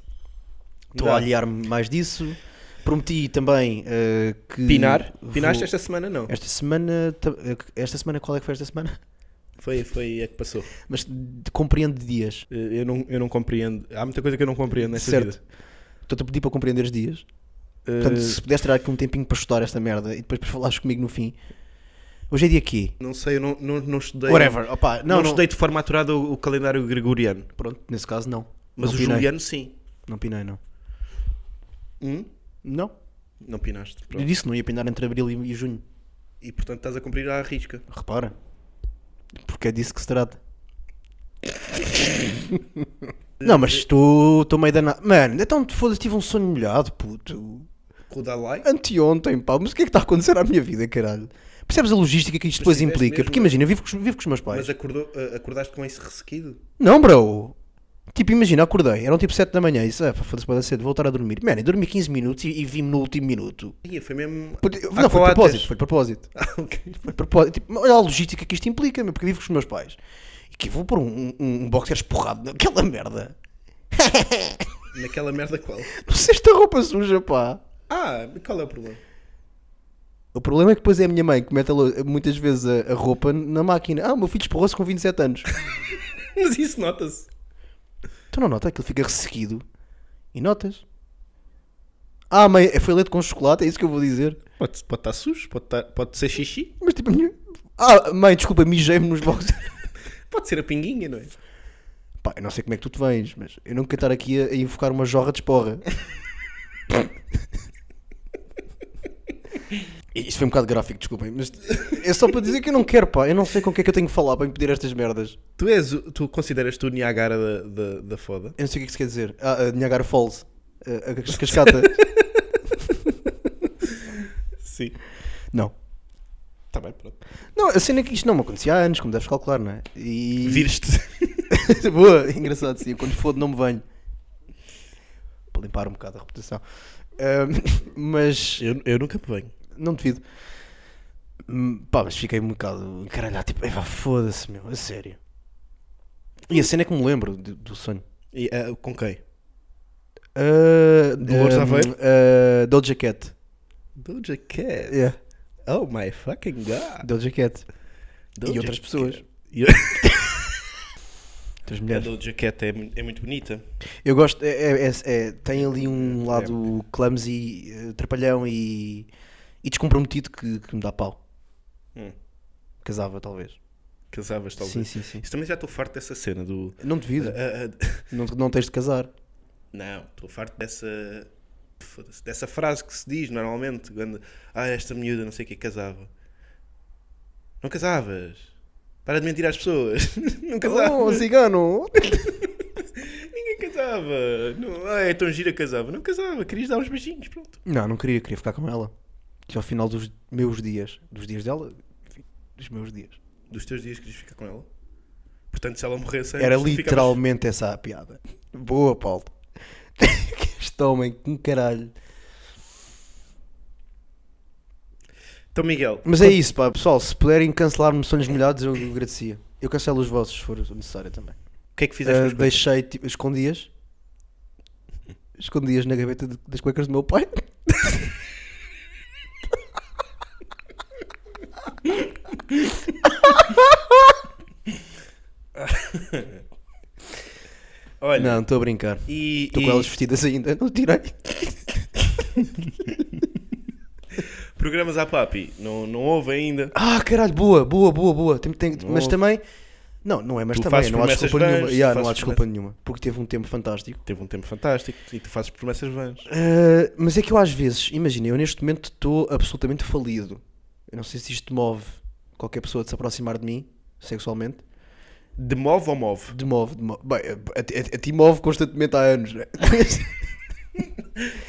[SPEAKER 4] Estou
[SPEAKER 3] Dá.
[SPEAKER 4] a aliar-me mais disso. Prometi também eh, que.
[SPEAKER 3] Pinar?
[SPEAKER 4] vou-
[SPEAKER 3] Pinaste esta semana? Não.
[SPEAKER 4] Esta semana. ta- eh, Esta semana, qual é que foi esta semana?
[SPEAKER 3] Foi, foi a que passou.
[SPEAKER 4] Mas de- compreendo dias.
[SPEAKER 3] Uh, Eu não, eu não compreendo. Há muita coisa que eu não compreendo nesta
[SPEAKER 4] certo.
[SPEAKER 3] vida.
[SPEAKER 4] Estou-te a pedir para compreender os dias.
[SPEAKER 3] Uh,
[SPEAKER 4] Portanto, se puderes tirar aqui um tempinho para estudar esta merda e depois para falares comigo no fim. Hoje é dia quê?
[SPEAKER 3] Não sei, eu não, não, não estudei.
[SPEAKER 4] Whatever. Opa,
[SPEAKER 3] Não,
[SPEAKER 4] não, não.
[SPEAKER 3] estudei de forma aturada o, o calendário gregoriano.
[SPEAKER 4] Pronto, nesse caso não.
[SPEAKER 3] Mas
[SPEAKER 4] não
[SPEAKER 3] o
[SPEAKER 4] pinei.
[SPEAKER 3] juliano sim.
[SPEAKER 4] Não pinei, não.
[SPEAKER 3] Hum?
[SPEAKER 4] Não.
[SPEAKER 3] Não pinaste.
[SPEAKER 4] Eu
[SPEAKER 3] Pronto.
[SPEAKER 4] disse que não ia pinar entre abril e e junho.
[SPEAKER 3] E portanto estás a cumprir à risca.
[SPEAKER 4] Repara. Porque é disso que se trata. não, mas estou estou meio danado. Mano, então foda-se, tive um sonho molhado, puto.
[SPEAKER 3] Com o Dalai?
[SPEAKER 4] Anteontem, pá. Mas o que é que está a acontecer à minha vida, caralho? Percebes a logística que isto depois
[SPEAKER 3] tiveste
[SPEAKER 4] implica?
[SPEAKER 3] mesmo,
[SPEAKER 4] Porque
[SPEAKER 3] é?
[SPEAKER 4] imagina, eu vivo com, os- vivo com os meus pais.
[SPEAKER 3] Mas acordou, a- acordaste com esse ressequido?
[SPEAKER 4] Não, bro. Tipo, imagina, acordei, eram tipo 7 da manhã, e disse, ah, pá, foda-se, pode ser cedo, vou voltar a dormir. Mano, eu dormi 15 minutos e, e vi-me no último minuto.
[SPEAKER 3] Ia, foi mesmo.
[SPEAKER 4] Puta, eu-
[SPEAKER 3] à
[SPEAKER 4] Não, foi de
[SPEAKER 3] coates.
[SPEAKER 4] propósito, foi de propósito.
[SPEAKER 3] Ah, ok.
[SPEAKER 4] Foi de propósito. Tipo, olha a logística que isto implica, meu, porque vivo com os meus pais. E que eu vou pôr um, um, um boxer esporrado naquela merda.
[SPEAKER 3] Naquela merda qual?
[SPEAKER 4] Não sei esta roupa suja, pá.
[SPEAKER 3] Ah, qual é o problema?
[SPEAKER 4] O problema é que depois é a minha mãe que mete a lo- muitas vezes a, a roupa na máquina. Ah, o meu filho esporrou-se com 27 anos.
[SPEAKER 3] Mas isso nota-se.
[SPEAKER 4] Tu não notas? Aquilo fica ressequido. E notas? Ah, mãe, foi leite com chocolate, é isso que eu vou dizer.
[SPEAKER 3] Pode, pode estar sujo, pode, estar- pode ser xixi,
[SPEAKER 4] Mas tipo, a minha- ah, mãe, desculpa, mijei-me nos boxers.
[SPEAKER 3] pode ser a pinguinha, não é?
[SPEAKER 4] Pá, eu não sei como é que tu te vens, mas eu não quero estar aqui a, a invocar uma jorra de esporra. Isto foi um bocado gráfico, desculpem, mas é só para dizer que eu não quero, pá. Eu não sei com o que é que eu tenho que falar para impedir estas merdas.
[SPEAKER 3] Tu és, o- tu consideras tu o Niagara da, da, da foda?
[SPEAKER 4] Eu não sei o que é que isso quer dizer. Ah, ah, Niagara Falls. Ah, a cas- cascata.
[SPEAKER 3] Sim.
[SPEAKER 4] não.
[SPEAKER 3] Tá bem, pronto.
[SPEAKER 4] Não, a cena é que isto não me acontecia há anos, como deves calcular, não é? E...
[SPEAKER 3] Vires-te.
[SPEAKER 4] Boa, engraçado, sim. Eu Quando fodo não me venho. Para limpar um bocado a reputação. Ahm, mas
[SPEAKER 3] Eu, eu nunca me venho.
[SPEAKER 4] não devido. Hum, Pá, mas fiquei um bocado encaralhado, tipo, "Epá, foda-se, meu, a sério. E a cena é que me lembro de- do sonho.
[SPEAKER 3] E, ah, com quem?
[SPEAKER 4] Ah,
[SPEAKER 3] Dolores
[SPEAKER 4] ahm,
[SPEAKER 3] Aveiro?
[SPEAKER 4] ah, Doja Cat.
[SPEAKER 3] Doja Cat.
[SPEAKER 4] É,
[SPEAKER 3] Oh my fucking god.
[SPEAKER 4] Doja Cat.
[SPEAKER 3] Doja
[SPEAKER 4] outras
[SPEAKER 3] Cat.
[SPEAKER 4] pessoas.
[SPEAKER 3] E-
[SPEAKER 4] Três
[SPEAKER 3] A
[SPEAKER 4] mulheres.
[SPEAKER 3] Doja Cat é, mu- é muito bonita.
[SPEAKER 4] Eu gosto, é, é- é- é- tem ali um lado clumsy, eh, trapalhão e, e descomprometido que, que me dá pau.
[SPEAKER 3] Hum.
[SPEAKER 4] Casava, talvez.
[SPEAKER 3] Casavas talvez.
[SPEAKER 4] Sim, sim, sim.
[SPEAKER 3] Isso também já estou farto dessa cena do.
[SPEAKER 4] Não devido,
[SPEAKER 3] Ah, ah,
[SPEAKER 4] não, não tens de casar.
[SPEAKER 3] não, estou farto dessa. foda-se, Dessa frase que se diz normalmente quando. Ah, esta miúda não sei o que casava. Não casavas. Para de mentir às pessoas. Não
[SPEAKER 4] Oh,
[SPEAKER 3] casavas.
[SPEAKER 4] cigano!
[SPEAKER 3] Ninguém casava. Não, ah, é tão gira casava. Não casava. Querias dar uns beijinhos. Pronto.
[SPEAKER 4] Não, não queria, queria ficar com ela. Que ao final dos meus dias, dos dias dela, enfim, dos meus dias.
[SPEAKER 3] Dos teus dias querias ficar com ela. Portanto, se ela morresse. antes,
[SPEAKER 4] Era
[SPEAKER 3] tu ficavas-
[SPEAKER 4] literalmente essa a piada. Boa, Paulo. este homem, que um caralho.
[SPEAKER 3] Então, Miguel.
[SPEAKER 4] Mas é isso, pá, pessoal. Se puderem cancelar-me sonhos molhados, eu agradecia. Eu cancelo os vossos, se for necessário também.
[SPEAKER 3] O que é que fizeste?
[SPEAKER 4] Ah,
[SPEAKER 3] nas coisas?
[SPEAKER 4] deixei, tipo, escondias. Escondias na gaveta de- das cuecas do meu pai.
[SPEAKER 3] Olha.
[SPEAKER 4] Não, estou a brincar.
[SPEAKER 3] E,
[SPEAKER 4] Estou
[SPEAKER 3] e
[SPEAKER 4] com elas vestidas ainda, não tirei.
[SPEAKER 3] programas à papi, não, não houve ainda.
[SPEAKER 4] Ah, caralho, boa, boa, boa, boa. Tem- tem-
[SPEAKER 3] Não
[SPEAKER 4] mas
[SPEAKER 3] houve.
[SPEAKER 4] também. Não, não é, mas
[SPEAKER 3] Tu
[SPEAKER 4] também
[SPEAKER 3] fazes
[SPEAKER 4] não há
[SPEAKER 3] promessas
[SPEAKER 4] desculpa
[SPEAKER 3] vãs,
[SPEAKER 4] nenhuma.
[SPEAKER 3] tu
[SPEAKER 4] Yeah, não há
[SPEAKER 3] fazes
[SPEAKER 4] desculpa
[SPEAKER 3] promessas-
[SPEAKER 4] nenhuma. Porque teve um tempo fantástico.
[SPEAKER 3] Teve um tempo fantástico e tu fazes promessas vãs.
[SPEAKER 4] Ah, mas é que eu às vezes, imagina, eu neste momento estou absolutamente falido. Eu não sei se isto move qualquer pessoa de se aproximar de mim, sexualmente.
[SPEAKER 3] Demove ou move?
[SPEAKER 4] Demove, demove. Bem, a, a- a ti move constantemente há anos, né?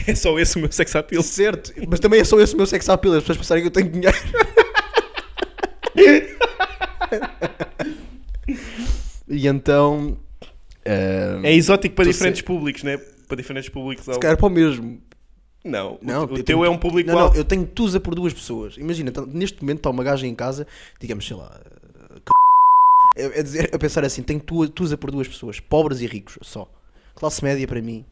[SPEAKER 3] É só esse o meu sex appeal.
[SPEAKER 4] certo. Mas também é só esse o meu sex appeal, as pessoas pensarem que eu tenho dinheiro. e então. ah,
[SPEAKER 3] É exótico para
[SPEAKER 4] Tu
[SPEAKER 3] diferentes públicos, né? Para diferentes públicos. há-
[SPEAKER 4] se calhar para o mesmo.
[SPEAKER 3] Não, o-
[SPEAKER 4] Não,
[SPEAKER 3] o,
[SPEAKER 4] eu
[SPEAKER 3] teu
[SPEAKER 4] tenho-
[SPEAKER 3] é um público
[SPEAKER 4] Não, não,
[SPEAKER 3] alvo.
[SPEAKER 4] eu tenho tusa por duas pessoas. Imagina, tá- neste momento está uma gaja em casa, digamos, sei lá. uh, c****. É, é dizer, a pensar assim, tenho tu- tusa por duas pessoas, pobres e ricos, só. Classe média para mim.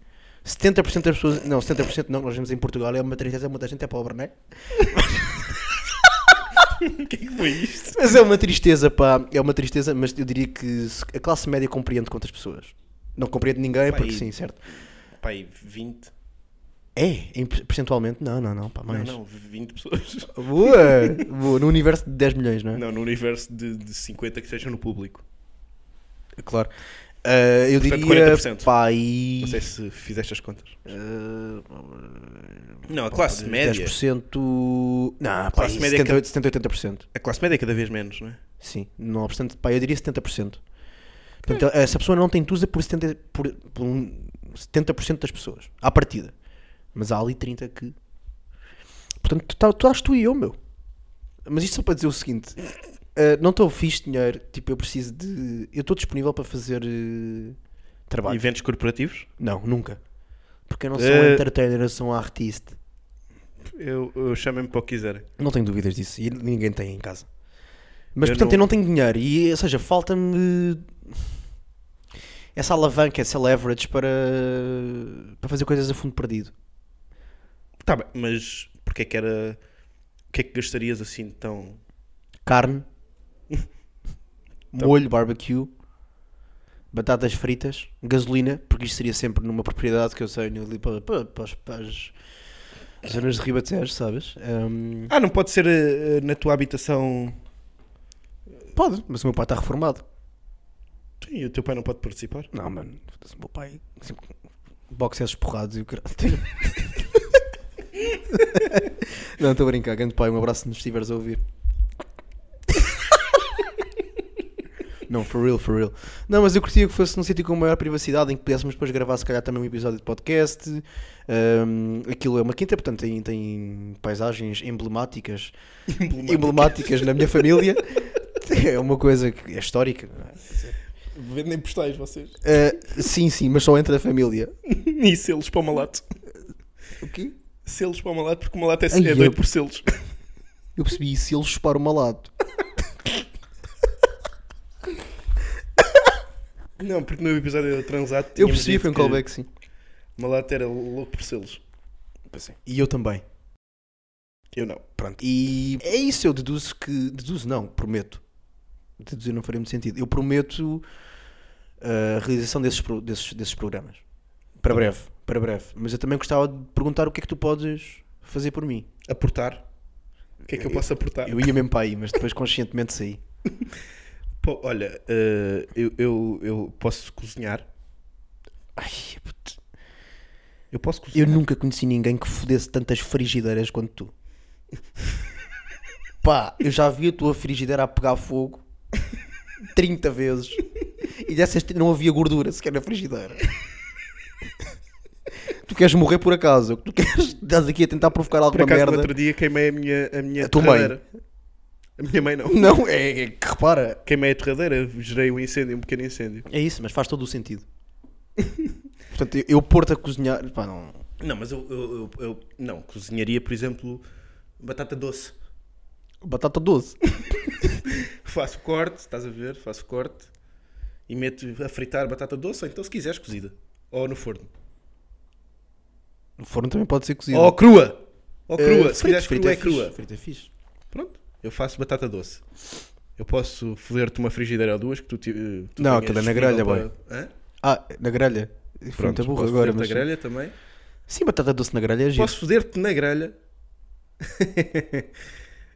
[SPEAKER 4] 70% das pessoas. Não, 70% não, nós vemos em Portugal, é uma tristeza, muita gente é pobre, não é?
[SPEAKER 3] O que é que foi isto?
[SPEAKER 4] Mas é uma tristeza, pá, é uma tristeza, mas eu diria que se- a classe média compreende quantas pessoas. Não compreende ninguém,
[SPEAKER 3] Pá,
[SPEAKER 4] porque
[SPEAKER 3] e-
[SPEAKER 4] sim, certo.
[SPEAKER 3] Pai, 20.
[SPEAKER 4] É, em per- percentualmente, não, não, não, pá, mais.
[SPEAKER 3] Não, não, 20 pessoas.
[SPEAKER 4] Boa, boa, no universo de 10 milhões, não é?
[SPEAKER 3] Não, no universo de, de 50 que estejam no público.
[SPEAKER 4] Claro. Ah, eu
[SPEAKER 3] Portanto,
[SPEAKER 4] diria
[SPEAKER 3] 40%.
[SPEAKER 4] pá, e
[SPEAKER 3] Não sei se fizeste as contas.
[SPEAKER 4] ah,
[SPEAKER 3] Não, a classe média.
[SPEAKER 4] 10%. Não, pá,
[SPEAKER 3] Classe
[SPEAKER 4] aí
[SPEAKER 3] média é
[SPEAKER 4] 78, 70, 80%.
[SPEAKER 3] A classe média é cada vez menos, não é?
[SPEAKER 4] Sim, não obstante, pá, eu diria 70%. Portanto, essa pessoa não tem tusa por 70%, por, por um 70% das pessoas, à partida. Mas há ali 30 que. Portanto, tu, tá- tu estás tu e eu, meu. Mas isto só para dizer o seguinte: ah, não estou fixe de dinheiro, tipo, eu preciso de. Eu estou disponível para fazer eh, trabalho.
[SPEAKER 3] Eventos corporativos?
[SPEAKER 4] Não, nunca. Porque eu não sou um
[SPEAKER 3] Eh,
[SPEAKER 4] entertainer, eu sou um artista.
[SPEAKER 3] Eu, eu chamem-me para o que quiserem.
[SPEAKER 4] Não tenho dúvidas disso. E ninguém tem em casa. Mas
[SPEAKER 3] Eu
[SPEAKER 4] portanto
[SPEAKER 3] não-
[SPEAKER 4] eu não tenho dinheiro. E, ou seja, falta-me essa alavanca, essa leverage para, para fazer coisas a fundo perdido.
[SPEAKER 3] Tá bem, mas porque é que era. O que é que gastarias assim tão.
[SPEAKER 4] Carne,
[SPEAKER 3] Então.
[SPEAKER 4] molho, barbecue, batatas fritas, gasolina, porque isto seria sempre numa propriedade que eu sei ali para, para, para, as- para as zonas de Ribatejo, sabes? Ahm,
[SPEAKER 3] Ah, não pode ser eh, eh, na tua habitação.
[SPEAKER 4] Pode, mas o meu pai está reformado.
[SPEAKER 3] Tu e o teu pai não pode participar?
[SPEAKER 4] Não, mano, foda-se, o meu pai assim, sempre com boxers esporrados e o caralho. Não, estou a brincar, grande pai, um abraço se nos estiveres a ouvir. Não, for real, for real. Não, mas eu curtia que fosse num sítio com maior privacidade, em que pudéssemos depois gravar, se calhar, também um episódio de podcast. Ahm, aquilo é uma quinta, portanto, tem, tem paisagens emblemáticas, emblemáticas. na minha família. É uma coisa que é histórica. não é?
[SPEAKER 5] Vendem postais vocês.
[SPEAKER 4] Ah, sim, sim, mas só entre a família.
[SPEAKER 3] E selos para o malato.
[SPEAKER 4] O quê?
[SPEAKER 3] Selos para o malato, porque o malato é,
[SPEAKER 4] Ai,
[SPEAKER 3] é doido
[SPEAKER 4] eu-
[SPEAKER 3] por selos.
[SPEAKER 4] Eu percebi isso, ele chupar o malato.
[SPEAKER 3] Não, porque no episódio transado.
[SPEAKER 4] Eu
[SPEAKER 3] tínhamos
[SPEAKER 4] percebi,
[SPEAKER 3] dito
[SPEAKER 4] foi um
[SPEAKER 3] que
[SPEAKER 4] callback, sim.
[SPEAKER 3] O malato era louco por selos.
[SPEAKER 4] E eu também.
[SPEAKER 3] Eu não.
[SPEAKER 4] Pronto. E é isso, eu deduzo que. Deduzo não, prometo. Deduzir não faria muito sentido. Eu prometo uh, a realização desses, pro- desses, desses programas. Para breve, para breve. Mas eu também gostava de perguntar o que é que tu podes fazer por mim.
[SPEAKER 3] Aportar. O que é que eu posso aportar?
[SPEAKER 4] Eu ia mesmo para aí, mas depois conscientemente saí.
[SPEAKER 3] Pô, olha, eh, eu, eu, eu posso cozinhar.
[SPEAKER 4] Ai, puto.
[SPEAKER 3] Eu posso
[SPEAKER 4] eu
[SPEAKER 3] cozinhar.
[SPEAKER 4] nunca conheci ninguém que fodesse tantas frigideiras quanto tu. Pá, eu já vi a tua frigideira a pegar fogo 30 vezes e dessas t- não havia gordura sequer na frigideira. Tu queres morrer por acaso? o que Tu queres, estás aqui a tentar provocar
[SPEAKER 3] Por
[SPEAKER 4] alguma
[SPEAKER 3] acaso, no
[SPEAKER 4] merda?
[SPEAKER 3] outro dia queimei a minha, a minha
[SPEAKER 4] A tua
[SPEAKER 3] torradeira. A minha mãe não.
[SPEAKER 4] Não, é, é que repara.
[SPEAKER 3] Queimei a torradeira, gerei um incêndio, um pequeno incêndio.
[SPEAKER 4] É isso, mas faz todo o sentido. Portanto, eu, eu pôr-te a cozinhar. Pá, não.
[SPEAKER 3] Não, mas eu, eu, eu- eu- não cozinharia, por exemplo, batata doce.
[SPEAKER 4] Batata doce.
[SPEAKER 3] Faço corte, estás a ver? Faço corte e meto a fritar batata doce, ou então se quiseres cozida. Ou no forno.
[SPEAKER 4] No forno também pode ser cozido.
[SPEAKER 3] Ou crua! Ou Oh, crua,
[SPEAKER 4] Eh,
[SPEAKER 3] se
[SPEAKER 4] frita,
[SPEAKER 3] quiseres
[SPEAKER 4] frita
[SPEAKER 3] crua, é
[SPEAKER 4] fixe,
[SPEAKER 3] crua.
[SPEAKER 4] Frita é fixe.
[SPEAKER 3] Pronto, eu faço batata doce. Eu posso foder-te uma frigideira ou duas que tu, ti- eh, tu
[SPEAKER 4] Não, aquilo
[SPEAKER 3] tenhas
[SPEAKER 4] é na
[SPEAKER 3] disponível
[SPEAKER 4] grelha,
[SPEAKER 3] para- Hã?
[SPEAKER 4] Ah, na grelha? Foi
[SPEAKER 3] Pronto,
[SPEAKER 4] muita burra
[SPEAKER 3] posso
[SPEAKER 4] agora,
[SPEAKER 3] foder-te
[SPEAKER 4] mas...
[SPEAKER 3] na grelha também.
[SPEAKER 4] Sim, batata doce na grelha é giro.
[SPEAKER 3] Posso foder-te na grelha.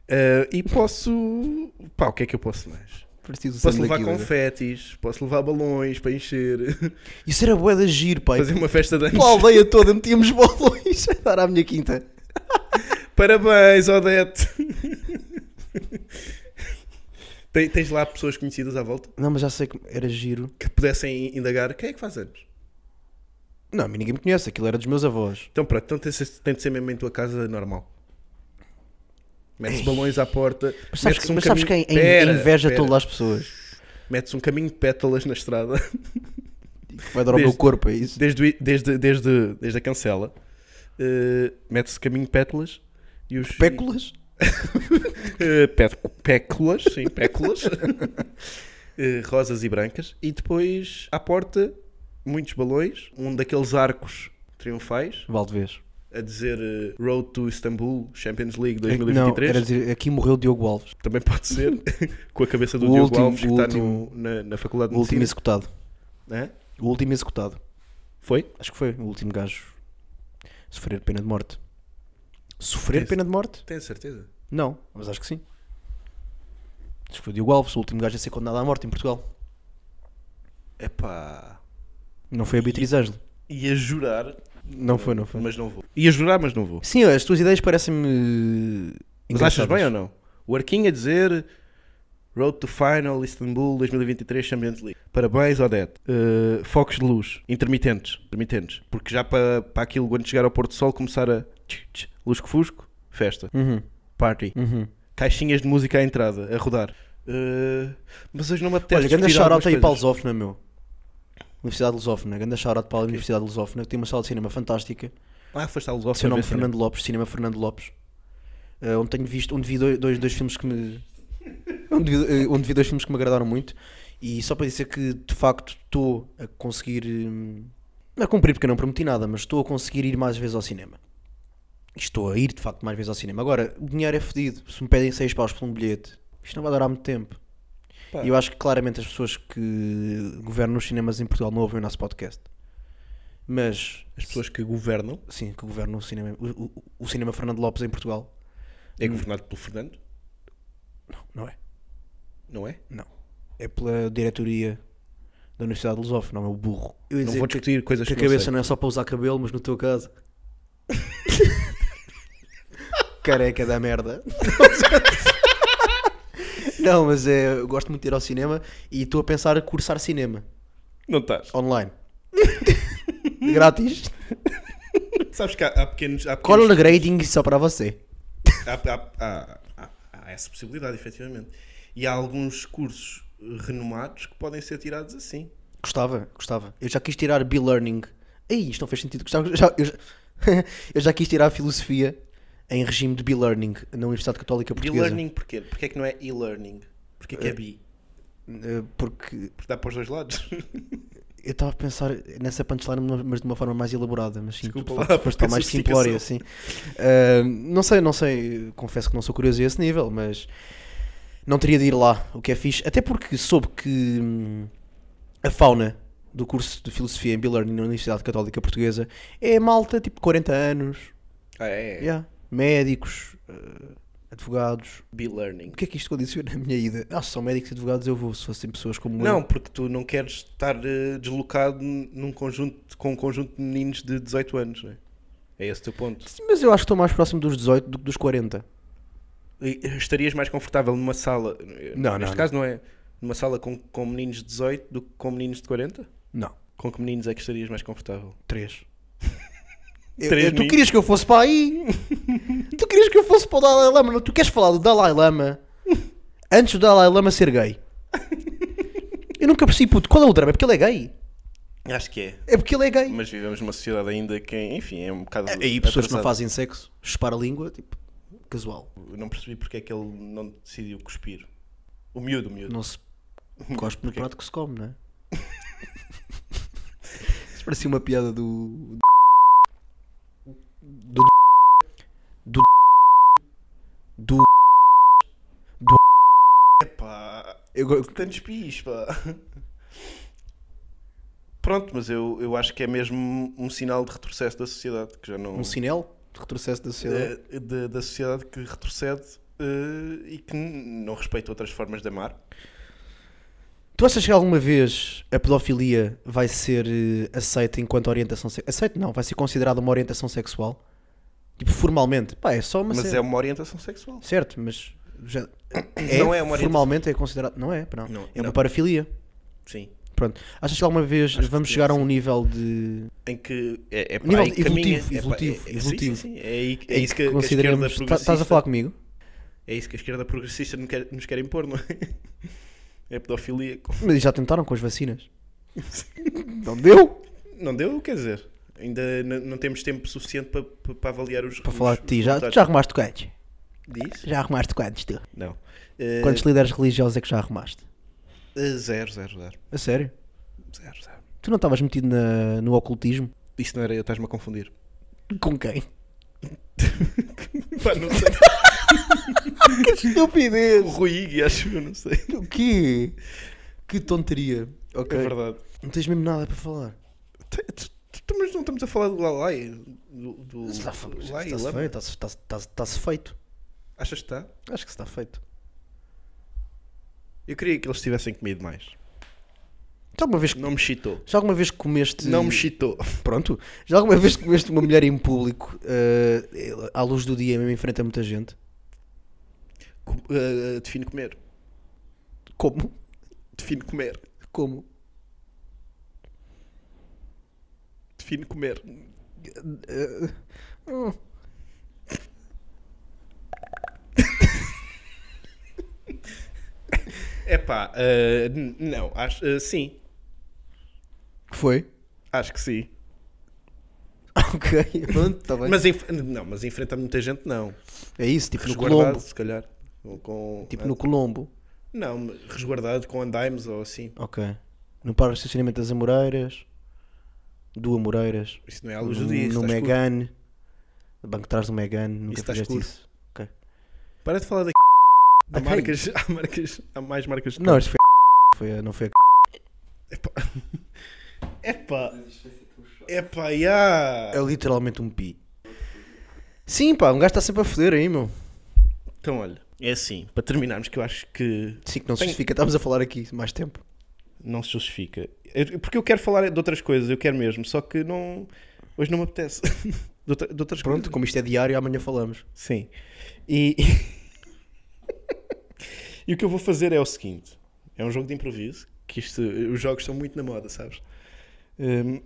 [SPEAKER 3] Eh, e posso. Pá, o que é que eu posso mais?
[SPEAKER 4] Preciso do
[SPEAKER 3] Posso
[SPEAKER 4] sangue
[SPEAKER 3] levar
[SPEAKER 4] daquilo, né?
[SPEAKER 3] confetes, posso levar balões para encher,
[SPEAKER 4] Isso era bué de giro, pai.
[SPEAKER 3] fazer uma festa de
[SPEAKER 4] Pela
[SPEAKER 3] anos.
[SPEAKER 4] aldeia toda metíamos balões a dar à minha quinta.
[SPEAKER 3] Parabéns, Odete! Tem- Tens lá pessoas conhecidas à volta
[SPEAKER 4] Não, mas já sei que era giro.
[SPEAKER 3] que pudessem indagar quem é que faz anos?
[SPEAKER 4] Não, a mim ninguém me conhece. Aquilo era dos meus avós.
[SPEAKER 3] Então pronto, então tem, de ser- tem de ser mesmo em tua casa normal. Metes balões à porta.
[SPEAKER 4] Mas sabes,
[SPEAKER 3] metes um
[SPEAKER 4] que, mas sabes
[SPEAKER 3] caminho-
[SPEAKER 4] quem a
[SPEAKER 3] Pera,
[SPEAKER 4] inveja
[SPEAKER 3] pera.
[SPEAKER 4] toda às pessoas?
[SPEAKER 3] Metes um caminho de pétalas na estrada,
[SPEAKER 4] Que vai dar ao meu
[SPEAKER 3] Desde-
[SPEAKER 4] corpo, é isso?
[SPEAKER 3] desde, o i- desde, desde, desde a cancela. Eh, Metes caminho de pétalas e os.
[SPEAKER 4] Péculas?
[SPEAKER 3] eh, pé- péculas, sim, péculas. Eh, rosas e brancas. E depois à porta, muitos balões, um daqueles arcos triunfais
[SPEAKER 4] Valdevez.
[SPEAKER 3] a dizer eh, Road to Istanbul, Champions League
[SPEAKER 4] É Não,
[SPEAKER 3] 2023.
[SPEAKER 4] era dizer, aqui morreu Diogo Alves.
[SPEAKER 3] Também pode ser. com a cabeça do
[SPEAKER 4] O
[SPEAKER 3] Diogo
[SPEAKER 4] último,
[SPEAKER 3] Alves, que
[SPEAKER 4] o
[SPEAKER 3] está no- na, na faculdade
[SPEAKER 4] O
[SPEAKER 3] de
[SPEAKER 4] último
[SPEAKER 3] medicina.
[SPEAKER 4] executado.
[SPEAKER 3] Hã?
[SPEAKER 4] O último executado.
[SPEAKER 3] Foi?
[SPEAKER 4] Acho que foi o último gajo. Sofrer pena de morte. Sofrer
[SPEAKER 3] Tens-
[SPEAKER 4] pena de morte?
[SPEAKER 3] Tenho certeza.
[SPEAKER 4] Não, mas acho que sim. Acho que foi o Diogo Alves, o último gajo a ser condenado à morte em Portugal.
[SPEAKER 3] Epá.
[SPEAKER 4] Não foi a Beatriz Ângelo.
[SPEAKER 3] Ia jurar,
[SPEAKER 4] Não foi, não foi.
[SPEAKER 3] mas não vou. Ia jurar, mas não vou.
[SPEAKER 4] Sim, as tuas ideias parecem-me. eh,
[SPEAKER 3] Mas achas
[SPEAKER 4] engraçadas.
[SPEAKER 3] bem ou não? O Arquinho a dizer Road to Final Istanbul 2023 Champions League. Parabéns, Odete. Eh, focos de luz. Intermitentes. Intermitentes. Porque já para para aquilo, quando chegar ao Porto do Sol, começar a... tch, tch, Lusco-fusco. Festa.
[SPEAKER 4] Uhum,
[SPEAKER 3] Party.
[SPEAKER 4] uhum.
[SPEAKER 3] Caixinhas de música à entrada, a rodar. Eh, mas hoje não me apetece
[SPEAKER 4] Olha, grande
[SPEAKER 3] discutir algumas
[SPEAKER 4] shout-out aí para a
[SPEAKER 3] coisas.
[SPEAKER 4] Lusófona, meu. Universidade Lusófona, grande shout-out para a Universidade Lusófona, que tem uma sala de cinema fantástica.
[SPEAKER 3] Ah, foste à Lusófona
[SPEAKER 4] Seu nome
[SPEAKER 3] ver cinema.
[SPEAKER 4] Fernando Lopes, Cinema Fernando Lopes. eh, onde tenho visto, onde vi dois, dois, dois filmes que me. Onde vi, eh, onde vi dois filmes que me agradaram muito. E só para dizer que de facto estou a conseguir. hum, Não a cumprir porque eu não prometi nada, mas estou a conseguir ir mais vezes ao cinema. E Estou a ir de facto mais vezes ao cinema. Agora, o dinheiro é fedido. Se me pedem 6 paus por um bilhete, isto não vai durar muito tempo.
[SPEAKER 3] Pá.
[SPEAKER 4] E eu acho que claramente as pessoas que governam os cinemas em Portugal não ouvem o nosso podcast. Mas
[SPEAKER 3] As pessoas que governam
[SPEAKER 4] sim, que governa o cinema, o, o- o cinema Fernando Lopes em Portugal.
[SPEAKER 3] é
[SPEAKER 4] Hum.
[SPEAKER 3] governado pelo Fernando,
[SPEAKER 4] Não é?
[SPEAKER 3] não é?
[SPEAKER 4] Não. É pela diretoria da Universidade de Lusófona, não é o burro. Eu ia
[SPEAKER 3] Não
[SPEAKER 4] dizer
[SPEAKER 3] vou
[SPEAKER 4] que-
[SPEAKER 3] discutir coisas
[SPEAKER 4] que
[SPEAKER 3] que,
[SPEAKER 4] a é
[SPEAKER 3] não
[SPEAKER 4] cabeça
[SPEAKER 3] sei.
[SPEAKER 4] não é só para usar cabelo, mas no teu caso. careca da merda. Não, mas é, eu gosto muito de ir ao cinema e estou a pensar a cursar cinema
[SPEAKER 3] Não estás.
[SPEAKER 4] online. Grátis.
[SPEAKER 3] Sabes que há, há pequenos. Há, pequenos
[SPEAKER 4] Color grading só para você.
[SPEAKER 3] há, há- há- há- há essa possibilidade, efetivamente. E há alguns cursos renomados que podem ser tirados assim.
[SPEAKER 4] Gostava, gostava. Eu já quis tirar B-Learning. Ei, isto não fez sentido. Gostava- já- eu, já, eu já quis tirar filosofia em regime de B-Learning na Universidade Católica Portuguesa.
[SPEAKER 3] E-learning porquê? Porquê é que não é e-learning? Porquê que é bi?
[SPEAKER 4] Eh, Porque
[SPEAKER 3] Porque dá para os dois lados.
[SPEAKER 4] eu estava a pensar nessa punchline, numa- mas de uma forma mais elaborada. Mas sim,
[SPEAKER 3] Desculpa
[SPEAKER 4] de
[SPEAKER 3] lá,
[SPEAKER 4] facto, depois está
[SPEAKER 3] porque
[SPEAKER 4] mais
[SPEAKER 3] a
[SPEAKER 4] simplória, assim. Eh, não sei, não sei. Confesso que não sou curioso a esse nível, mas não teria de ir lá, o que é fixe. Até porque soube que hum, a fauna do curso de Filosofia em B-Learning na Universidade Católica Portuguesa é malta tipo 40 anos,
[SPEAKER 3] Ah, é.
[SPEAKER 4] Yeah. Médicos, eh, advogados.
[SPEAKER 3] Be-learning.
[SPEAKER 4] O que é que isto condiciona a minha ida? Ah, se são médicos e advogados eu vou, se fossem pessoas como
[SPEAKER 3] Não,
[SPEAKER 4] eu.
[SPEAKER 3] porque tu não queres estar eh, deslocado num conjunto, com um conjunto de meninos de 18 anos, não é? É esse o teu ponto.
[SPEAKER 4] Sim, Mas eu acho que estou mais próximo dos 18 do que dos 40.
[SPEAKER 3] E eh, Estarias mais confortável numa sala.
[SPEAKER 4] Não,
[SPEAKER 3] Neste
[SPEAKER 4] não,
[SPEAKER 3] caso, não é? Numa sala com, com meninos de 18 do que com meninos de 40?
[SPEAKER 4] Não,
[SPEAKER 3] Com que meninos é que estarias mais confortável?
[SPEAKER 4] 3. Eu,
[SPEAKER 3] Três
[SPEAKER 4] eu- tu
[SPEAKER 3] mil.
[SPEAKER 4] querias que eu fosse para aí? tu querias que eu fosse para o Dalai Lama? Não, tu queres falar do Dalai Lama antes do Dalai Lama ser gay? Eu nunca percebi, puto, qual é o drama? É porque ele é gay?
[SPEAKER 3] Acho que é.
[SPEAKER 4] É porque ele é gay.
[SPEAKER 3] Mas vivemos numa sociedade ainda que, enfim, é um bocado.
[SPEAKER 4] Aí pessoas que não
[SPEAKER 3] atrasada.
[SPEAKER 4] fazem sexo, chupar a língua, tipo, casual.
[SPEAKER 3] Eu Não percebi porque é que ele não decidiu cuspir. O miúdo, o miúdo.
[SPEAKER 4] Não se cospe no prato que se come, não é? Isso parecia uma piada do. do. do. do. do.
[SPEAKER 3] Epá.
[SPEAKER 4] Eu, go-
[SPEAKER 3] Tantos pis, pá. Pronto, mas eu, eu acho que é mesmo um sinal de retrocesso da sociedade, que já não...
[SPEAKER 4] um sinel de retrocesso da sociedade.
[SPEAKER 3] Eh, de- da sociedade que retrocede eh, e que n- não respeita outras formas de amar.
[SPEAKER 4] Tu achas que alguma vez a pedofilia vai ser eh, aceita enquanto orientação sexual? Aceita não, vai ser considerada uma orientação sexual? Tipo, formalmente. Pá, é só uma
[SPEAKER 3] Mas,
[SPEAKER 4] cena.
[SPEAKER 3] é uma orientação sexual.
[SPEAKER 4] Certo, mas. já-
[SPEAKER 3] Não é uma orientação.
[SPEAKER 4] Formalmente é considerado. Não é, não.
[SPEAKER 3] Não,
[SPEAKER 4] é uma
[SPEAKER 3] não.
[SPEAKER 4] parafilia.
[SPEAKER 3] Sim.
[SPEAKER 4] Pronto. Achas que alguma vez
[SPEAKER 3] Acho que
[SPEAKER 4] vamos
[SPEAKER 3] sim,
[SPEAKER 4] chegar a
[SPEAKER 3] sim.
[SPEAKER 4] um nível de.
[SPEAKER 3] Em que é, é pá,
[SPEAKER 4] Nível
[SPEAKER 3] aí
[SPEAKER 4] evolutivo,
[SPEAKER 3] caminha- é pá,
[SPEAKER 4] evolutivo,
[SPEAKER 3] é- é-
[SPEAKER 4] evolutivo.
[SPEAKER 3] Sim, sim, sim. É, aí que- é
[SPEAKER 4] em
[SPEAKER 3] isso que, que a esquerda
[SPEAKER 4] consideramos. Tá-
[SPEAKER 3] progressista...
[SPEAKER 4] Estás a falar comigo?
[SPEAKER 3] É isso que a esquerda progressista nos quer, nos quer impor, não é? É pedofilia.
[SPEAKER 4] Mas já tentaram com as vacinas? não deu?
[SPEAKER 3] Não deu, quer dizer, ainda n- não temos tempo suficiente para, para, para avaliar os.
[SPEAKER 4] Para
[SPEAKER 3] os-
[SPEAKER 4] falar de ti.
[SPEAKER 3] os
[SPEAKER 4] Já,
[SPEAKER 3] resultados.
[SPEAKER 4] já arrumaste quantos?
[SPEAKER 3] Diz?
[SPEAKER 4] Já arrumaste quantos? Tu?
[SPEAKER 3] Não. Eh,
[SPEAKER 4] Quantos líderes religiosos é que já arrumaste?
[SPEAKER 3] eh, zero, zero, zero.
[SPEAKER 4] A sério?
[SPEAKER 3] Zero, zero.
[SPEAKER 4] Tu não estavas metido na- no ocultismo?
[SPEAKER 3] Isso não era eu, estás-me a confundir.
[SPEAKER 4] Com quem?
[SPEAKER 3] Pá, não sei.
[SPEAKER 4] Estupidez!
[SPEAKER 3] o Rui Igui, acho eu, não sei. É
[SPEAKER 4] O quê? Que tonteria. Ok.
[SPEAKER 3] É verdade.
[SPEAKER 4] Não tens mesmo nada para falar.
[SPEAKER 3] T- t- t- Mas não estamos a falar do Lalai. Do, do
[SPEAKER 4] Está-se
[SPEAKER 3] do
[SPEAKER 4] está
[SPEAKER 3] Lai
[SPEAKER 4] feito.
[SPEAKER 3] Lama.
[SPEAKER 4] Está-se está-se- está-se feito.
[SPEAKER 3] Achas que está?
[SPEAKER 4] Acho que está feito.
[SPEAKER 3] Eu queria que eles tivessem comido mais.
[SPEAKER 4] Já alguma vez,
[SPEAKER 3] Não me chitou.
[SPEAKER 4] já alguma vez comeste.
[SPEAKER 3] Não me chitou.
[SPEAKER 4] Pronto. Já alguma vez comeste uma mulher em público eh, à luz do dia, mesmo em frente a muita gente?
[SPEAKER 3] Com- eh, defino comer.
[SPEAKER 4] Como?
[SPEAKER 3] Defino comer.
[SPEAKER 4] Como?
[SPEAKER 3] Defino comer.
[SPEAKER 4] Eh,
[SPEAKER 3] Epá, eh, n- não, acho, eh, sim,
[SPEAKER 4] Foi?
[SPEAKER 3] acho que sim.
[SPEAKER 4] Ok, pronto, está bem.
[SPEAKER 3] Mas, enf- não, mas enfrenta muita gente, não.
[SPEAKER 4] é isso, tipo no
[SPEAKER 3] resguardado,
[SPEAKER 4] Colombo.
[SPEAKER 3] se calhar. Ou com, eh,
[SPEAKER 4] Tipo no Colombo.
[SPEAKER 3] Não, resguardado com andaimes ou assim.
[SPEAKER 4] Ok. No par de estacionamento das Amoreiras. Do Amoreiras.
[SPEAKER 3] Isso não é à luz
[SPEAKER 4] no
[SPEAKER 3] do dia. isso
[SPEAKER 4] no
[SPEAKER 3] está escuro.
[SPEAKER 4] Megane. No banco de trás do Megane. Nunca
[SPEAKER 3] está
[SPEAKER 4] fizeste
[SPEAKER 3] escuro.
[SPEAKER 4] isso. Ok.
[SPEAKER 3] Para de falar daqui. Há
[SPEAKER 4] Da quem?
[SPEAKER 3] marcas, há marcas, há mais marcas.
[SPEAKER 4] Ah, Não, isto foi a... foi a- Não foi a...
[SPEAKER 3] Epá, epá, já.
[SPEAKER 4] É literalmente um pi. Sim, pá, um gajo está sempre a foder aí, meu.
[SPEAKER 3] Então, olha, é assim, para terminarmos, que eu acho que
[SPEAKER 4] Sim, que não se
[SPEAKER 3] Tenho-
[SPEAKER 4] justifica. Estamos a falar aqui mais tempo.
[SPEAKER 3] não se justifica. Eu- porque eu quero falar de outras coisas, eu quero mesmo, só que não. Hoje não me apetece. de outra- de outras
[SPEAKER 4] Pronto, como isto é diário, amanhã falamos.
[SPEAKER 3] Sim. E... e o que eu vou fazer é o seguinte: é um jogo de improviso, que isto, os jogos estão muito na moda, sabes? Hum,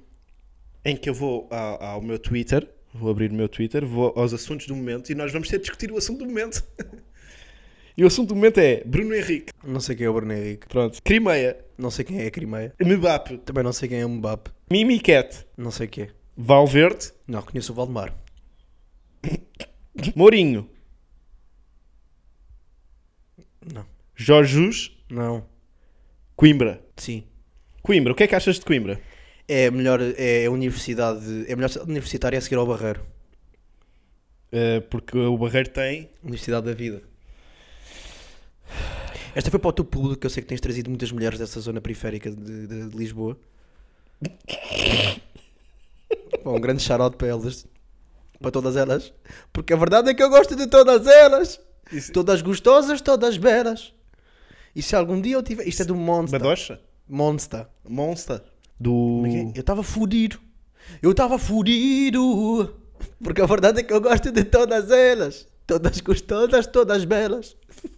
[SPEAKER 3] em que eu vou ao, ao meu Twitter, vou abrir o meu Twitter, vou aos assuntos do momento e nós vamos ter de discutir o assunto do momento. e o assunto do momento é Bruno Henrique,
[SPEAKER 4] Não sei quem é o Bruno Henrique.
[SPEAKER 3] pronto, Crimeia,
[SPEAKER 4] Não sei quem é a Crimeia.
[SPEAKER 3] Mbappe,
[SPEAKER 4] Também não sei quem é o Mbappe.
[SPEAKER 3] Mimiket,
[SPEAKER 4] Não sei quem é.
[SPEAKER 3] Valverde,
[SPEAKER 4] Não, conheço o Valdemar.
[SPEAKER 3] Mourinho,
[SPEAKER 4] Não.
[SPEAKER 3] Jorge
[SPEAKER 4] Não.
[SPEAKER 3] Coimbra.
[SPEAKER 4] Sim.
[SPEAKER 3] Coimbra, o que é que achas de Coimbra?
[SPEAKER 4] É a melhor, é a universidade, é a melhor cidade universitária a seguir ao Barreiro.
[SPEAKER 3] Uh, porque o Barreiro tem.
[SPEAKER 4] Universidade da Vida. Esta foi para o teu público, que eu sei que tens trazido muitas mulheres dessa zona periférica de, de- de Lisboa. Pá, um grande charote para elas. Para todas elas. Porque a verdade é que eu gosto de todas elas.
[SPEAKER 3] Isso-
[SPEAKER 4] Todas gostosas, todas belas. E se algum dia eu tiver. Isto é do Monster.
[SPEAKER 3] Badocha?
[SPEAKER 4] Monster.
[SPEAKER 3] Monster. Do.
[SPEAKER 4] Como é que é? Eu estava fudido. Eu estava fudido. Porque a verdade é que eu gosto de todas elas. Todas gostosas, todas belas. é?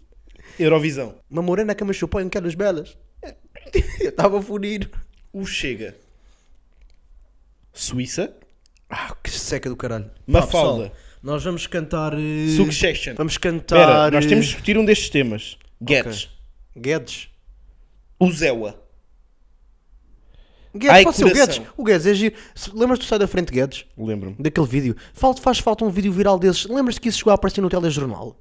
[SPEAKER 3] Eurovisão.
[SPEAKER 4] Uma morena que me chupou em aquelas belas. Eu estava fudido.
[SPEAKER 3] O Chega. Suíça.
[SPEAKER 4] Ah, que seca do caralho.
[SPEAKER 3] Mafalda.
[SPEAKER 4] Pá, pessoal, nós vamos cantar. eh,
[SPEAKER 3] Succession.
[SPEAKER 4] Vamos cantar.
[SPEAKER 3] Espera, nós
[SPEAKER 4] eh,
[SPEAKER 3] temos de discutir um destes temas. Guedes.
[SPEAKER 4] Guedes.
[SPEAKER 3] O Zewa.
[SPEAKER 4] Guedes
[SPEAKER 3] Ai,
[SPEAKER 4] pode ser o
[SPEAKER 3] coração.
[SPEAKER 4] Guedes. O Guedes é giro. Se- Lembras-te do Sai da Frente Guedes?
[SPEAKER 3] Lembro-me.
[SPEAKER 4] Daquele vídeo. Falta, faz falta um vídeo viral desses. Lembras-te que isso chegou a aparecer no telejornal?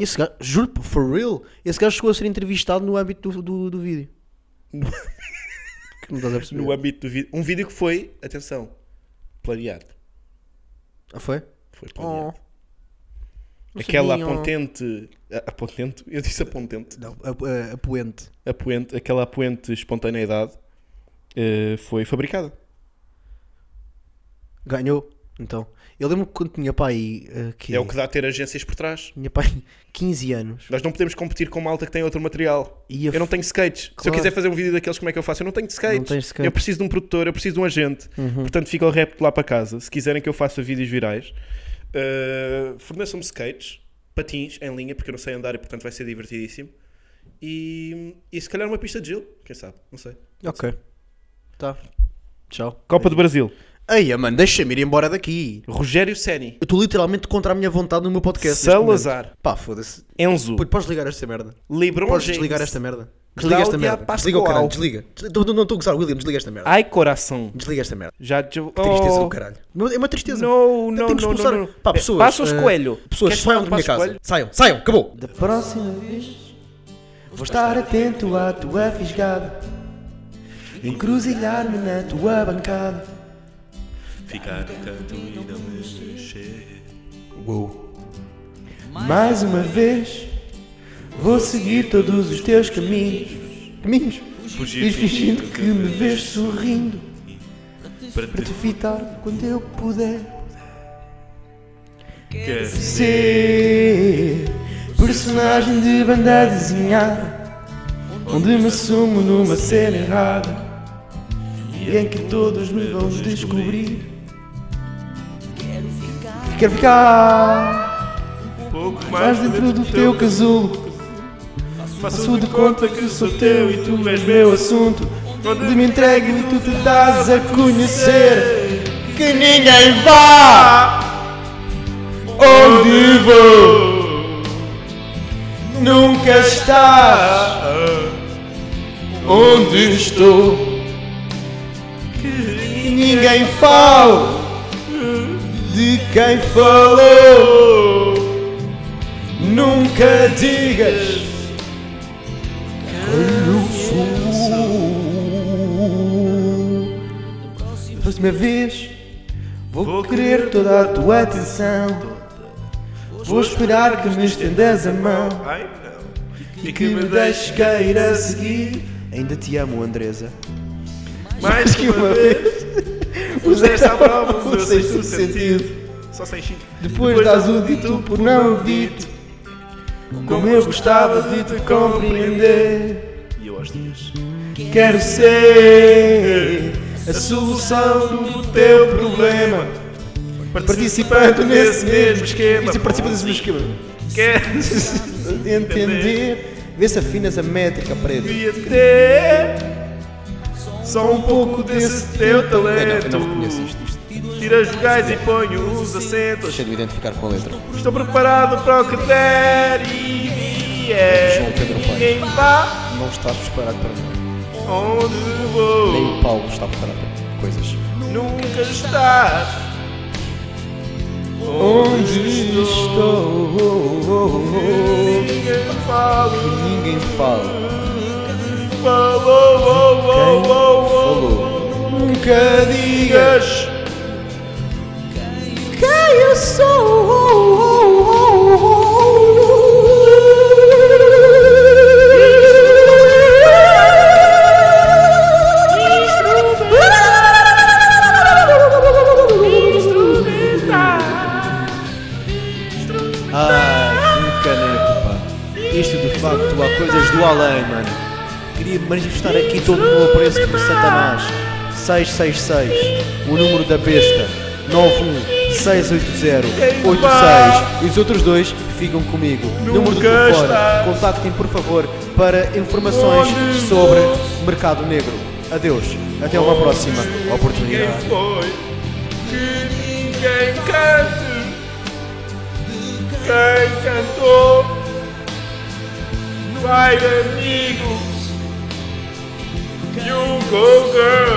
[SPEAKER 4] Esse gajo, juro, for real, esse gajo chegou a ser entrevistado no âmbito do, do, do vídeo. Que não estás a perceber.
[SPEAKER 3] No âmbito do vídeo. Um vídeo que foi, atenção, plagiado.
[SPEAKER 4] Ah, foi?
[SPEAKER 3] Foi
[SPEAKER 4] Oh.
[SPEAKER 3] plagiado. Aquela
[SPEAKER 4] sabia.
[SPEAKER 3] apontente. a- Apontente? Eu disse apontente.
[SPEAKER 4] Não, a, a, a poente.
[SPEAKER 3] Apoente, aquela apoente espontaneidade eh, foi fabricada.
[SPEAKER 4] Ganhou, então. Eu lembro que quando tinha pai. eh, que
[SPEAKER 3] É o que dá a ter agências por trás.
[SPEAKER 4] Tinha pai 15 anos.
[SPEAKER 3] Nós não podemos competir com malta que tem outro material.
[SPEAKER 4] E a
[SPEAKER 3] Eu não tenho skates. Se eu
[SPEAKER 4] Claro.
[SPEAKER 3] quiser fazer um vídeo daqueles, como é que eu faço? Eu não tenho skates.
[SPEAKER 4] Não tens skates. Uhum.
[SPEAKER 3] Eu preciso de um produtor, eu preciso de um agente. Portanto, fica o rap lá para casa. Se quiserem que eu faça vídeos virais, uh, forneçam-me skates, patins em linha, porque eu não sei andar e portanto vai ser divertidíssimo. E, e se calhar uma pista de gelo, quem sabe? Não sei.
[SPEAKER 4] Ok. Tá. Tchau.
[SPEAKER 3] Copa do Brasil.
[SPEAKER 4] Eia, mano, deixa-me ir embora daqui.
[SPEAKER 3] Rogério Ceni.
[SPEAKER 4] Eu estou literalmente contra a minha vontade no meu podcast. neste
[SPEAKER 3] Salazar.
[SPEAKER 4] momento. Pá, foda-se.
[SPEAKER 3] Enzo.
[SPEAKER 4] Puto, Podes ligar esta merda.
[SPEAKER 3] Lebron
[SPEAKER 4] Podes
[SPEAKER 3] James.
[SPEAKER 4] desligar esta merda. Desliga esta
[SPEAKER 3] Cláudia
[SPEAKER 4] merda. Desliga o
[SPEAKER 3] Pascoal. Ah.
[SPEAKER 4] caralho, desliga. Des- Não não estou a gozar, William, desliga esta merda.
[SPEAKER 3] Ai, coração.
[SPEAKER 4] Desliga esta merda.
[SPEAKER 3] Já... Oh.
[SPEAKER 4] Tristeza do caralho. Não, É uma tristeza.
[SPEAKER 3] Não, não,
[SPEAKER 4] Tenho que
[SPEAKER 3] não,
[SPEAKER 4] expulsar-
[SPEAKER 3] não, não.
[SPEAKER 4] Pá,
[SPEAKER 3] É,
[SPEAKER 4] pessoas.
[SPEAKER 3] passa os
[SPEAKER 4] eh,
[SPEAKER 3] coelho.
[SPEAKER 4] Pessoas,
[SPEAKER 3] Queres
[SPEAKER 4] saiam
[SPEAKER 3] falar
[SPEAKER 4] da
[SPEAKER 3] de
[SPEAKER 4] minha
[SPEAKER 3] Passo
[SPEAKER 4] casa.
[SPEAKER 3] Coelho?
[SPEAKER 4] Saiam, saiam, acabou. Da próxima vez, vou estar atento à tua fisgada. Encruzilhar-me na tua bancada.
[SPEAKER 2] Ficar no canto e não me mexer.
[SPEAKER 4] Uou. Mais uma vez, vou seguir todos os teus caminhos. Caminhos?
[SPEAKER 2] Fugir
[SPEAKER 4] E fingindo que me vês sorrindo.
[SPEAKER 2] para
[SPEAKER 4] Para te fitar quando eu puder.
[SPEAKER 2] Quero
[SPEAKER 4] ser personagem de banda desenhada, onde me assumo numa cena errada e em que todos me vão descobrir. Quero ficar
[SPEAKER 2] pouco
[SPEAKER 4] mais dentro do teu casulo. Faço de conta que sou teu e tu és meu assunto. Onde me entrego e tu te dás a conhecer. Que ninguém vá onde vou. Nunca estás onde estou. Que ninguém fale de quem falou. Nunca digas Da próxima vez vou querer toda a tua atenção. Vou esperar que me estendas a mão e que me deixes cair a seguir. Ainda te amo, Andresa.
[SPEAKER 2] mais que uma vez. Puseste à prova o meu sexto
[SPEAKER 4] sentido.
[SPEAKER 2] Só sem chique.
[SPEAKER 4] Depois das o dito por não o dito. Como eu gostava de te compreender.
[SPEAKER 2] E eu aos dias.
[SPEAKER 4] Quero ser a solução do teu problema.
[SPEAKER 6] Participando nesse mesmo esquema.
[SPEAKER 2] esquema,
[SPEAKER 6] E participa desse mesmo esquema.
[SPEAKER 2] Queres
[SPEAKER 6] Entender. Vê se afinas a métrica, preto.
[SPEAKER 2] ter só um pouco desse teu
[SPEAKER 4] Eu
[SPEAKER 2] talento?
[SPEAKER 4] não reconheço isto. isto.
[SPEAKER 2] Tira os gás e põe os acentos.
[SPEAKER 4] Deixa de me identificar com a letra.
[SPEAKER 2] Estou preparado para o que der e vier.
[SPEAKER 4] João Pedro Paes.
[SPEAKER 2] Ninguém vá
[SPEAKER 4] Não está preparado para mim.
[SPEAKER 2] onde vou.
[SPEAKER 4] Nem o Paulo está preparado para coisas.
[SPEAKER 2] Nunca estás.
[SPEAKER 4] Onde estou?
[SPEAKER 2] Ninguém fala.
[SPEAKER 4] Ninguém fala.
[SPEAKER 2] Falou, oh, oh, oh, oh.
[SPEAKER 4] Falou. Nunca diga.
[SPEAKER 2] Digas.
[SPEAKER 4] Ai, um caneco, pá. Isto de facto há coisas do além, mano. Queria manifestar aqui todo o meu apreço por Satanás. 666, o número da besta. 9168086 e os outros dois ficam comigo. Número do telefone, contactem por favor para informações sobre mercado negro. Adeus, até uma próxima oportunidade.
[SPEAKER 2] foi que ninguém cante. Quem cantou vai amigo e o Go Girl.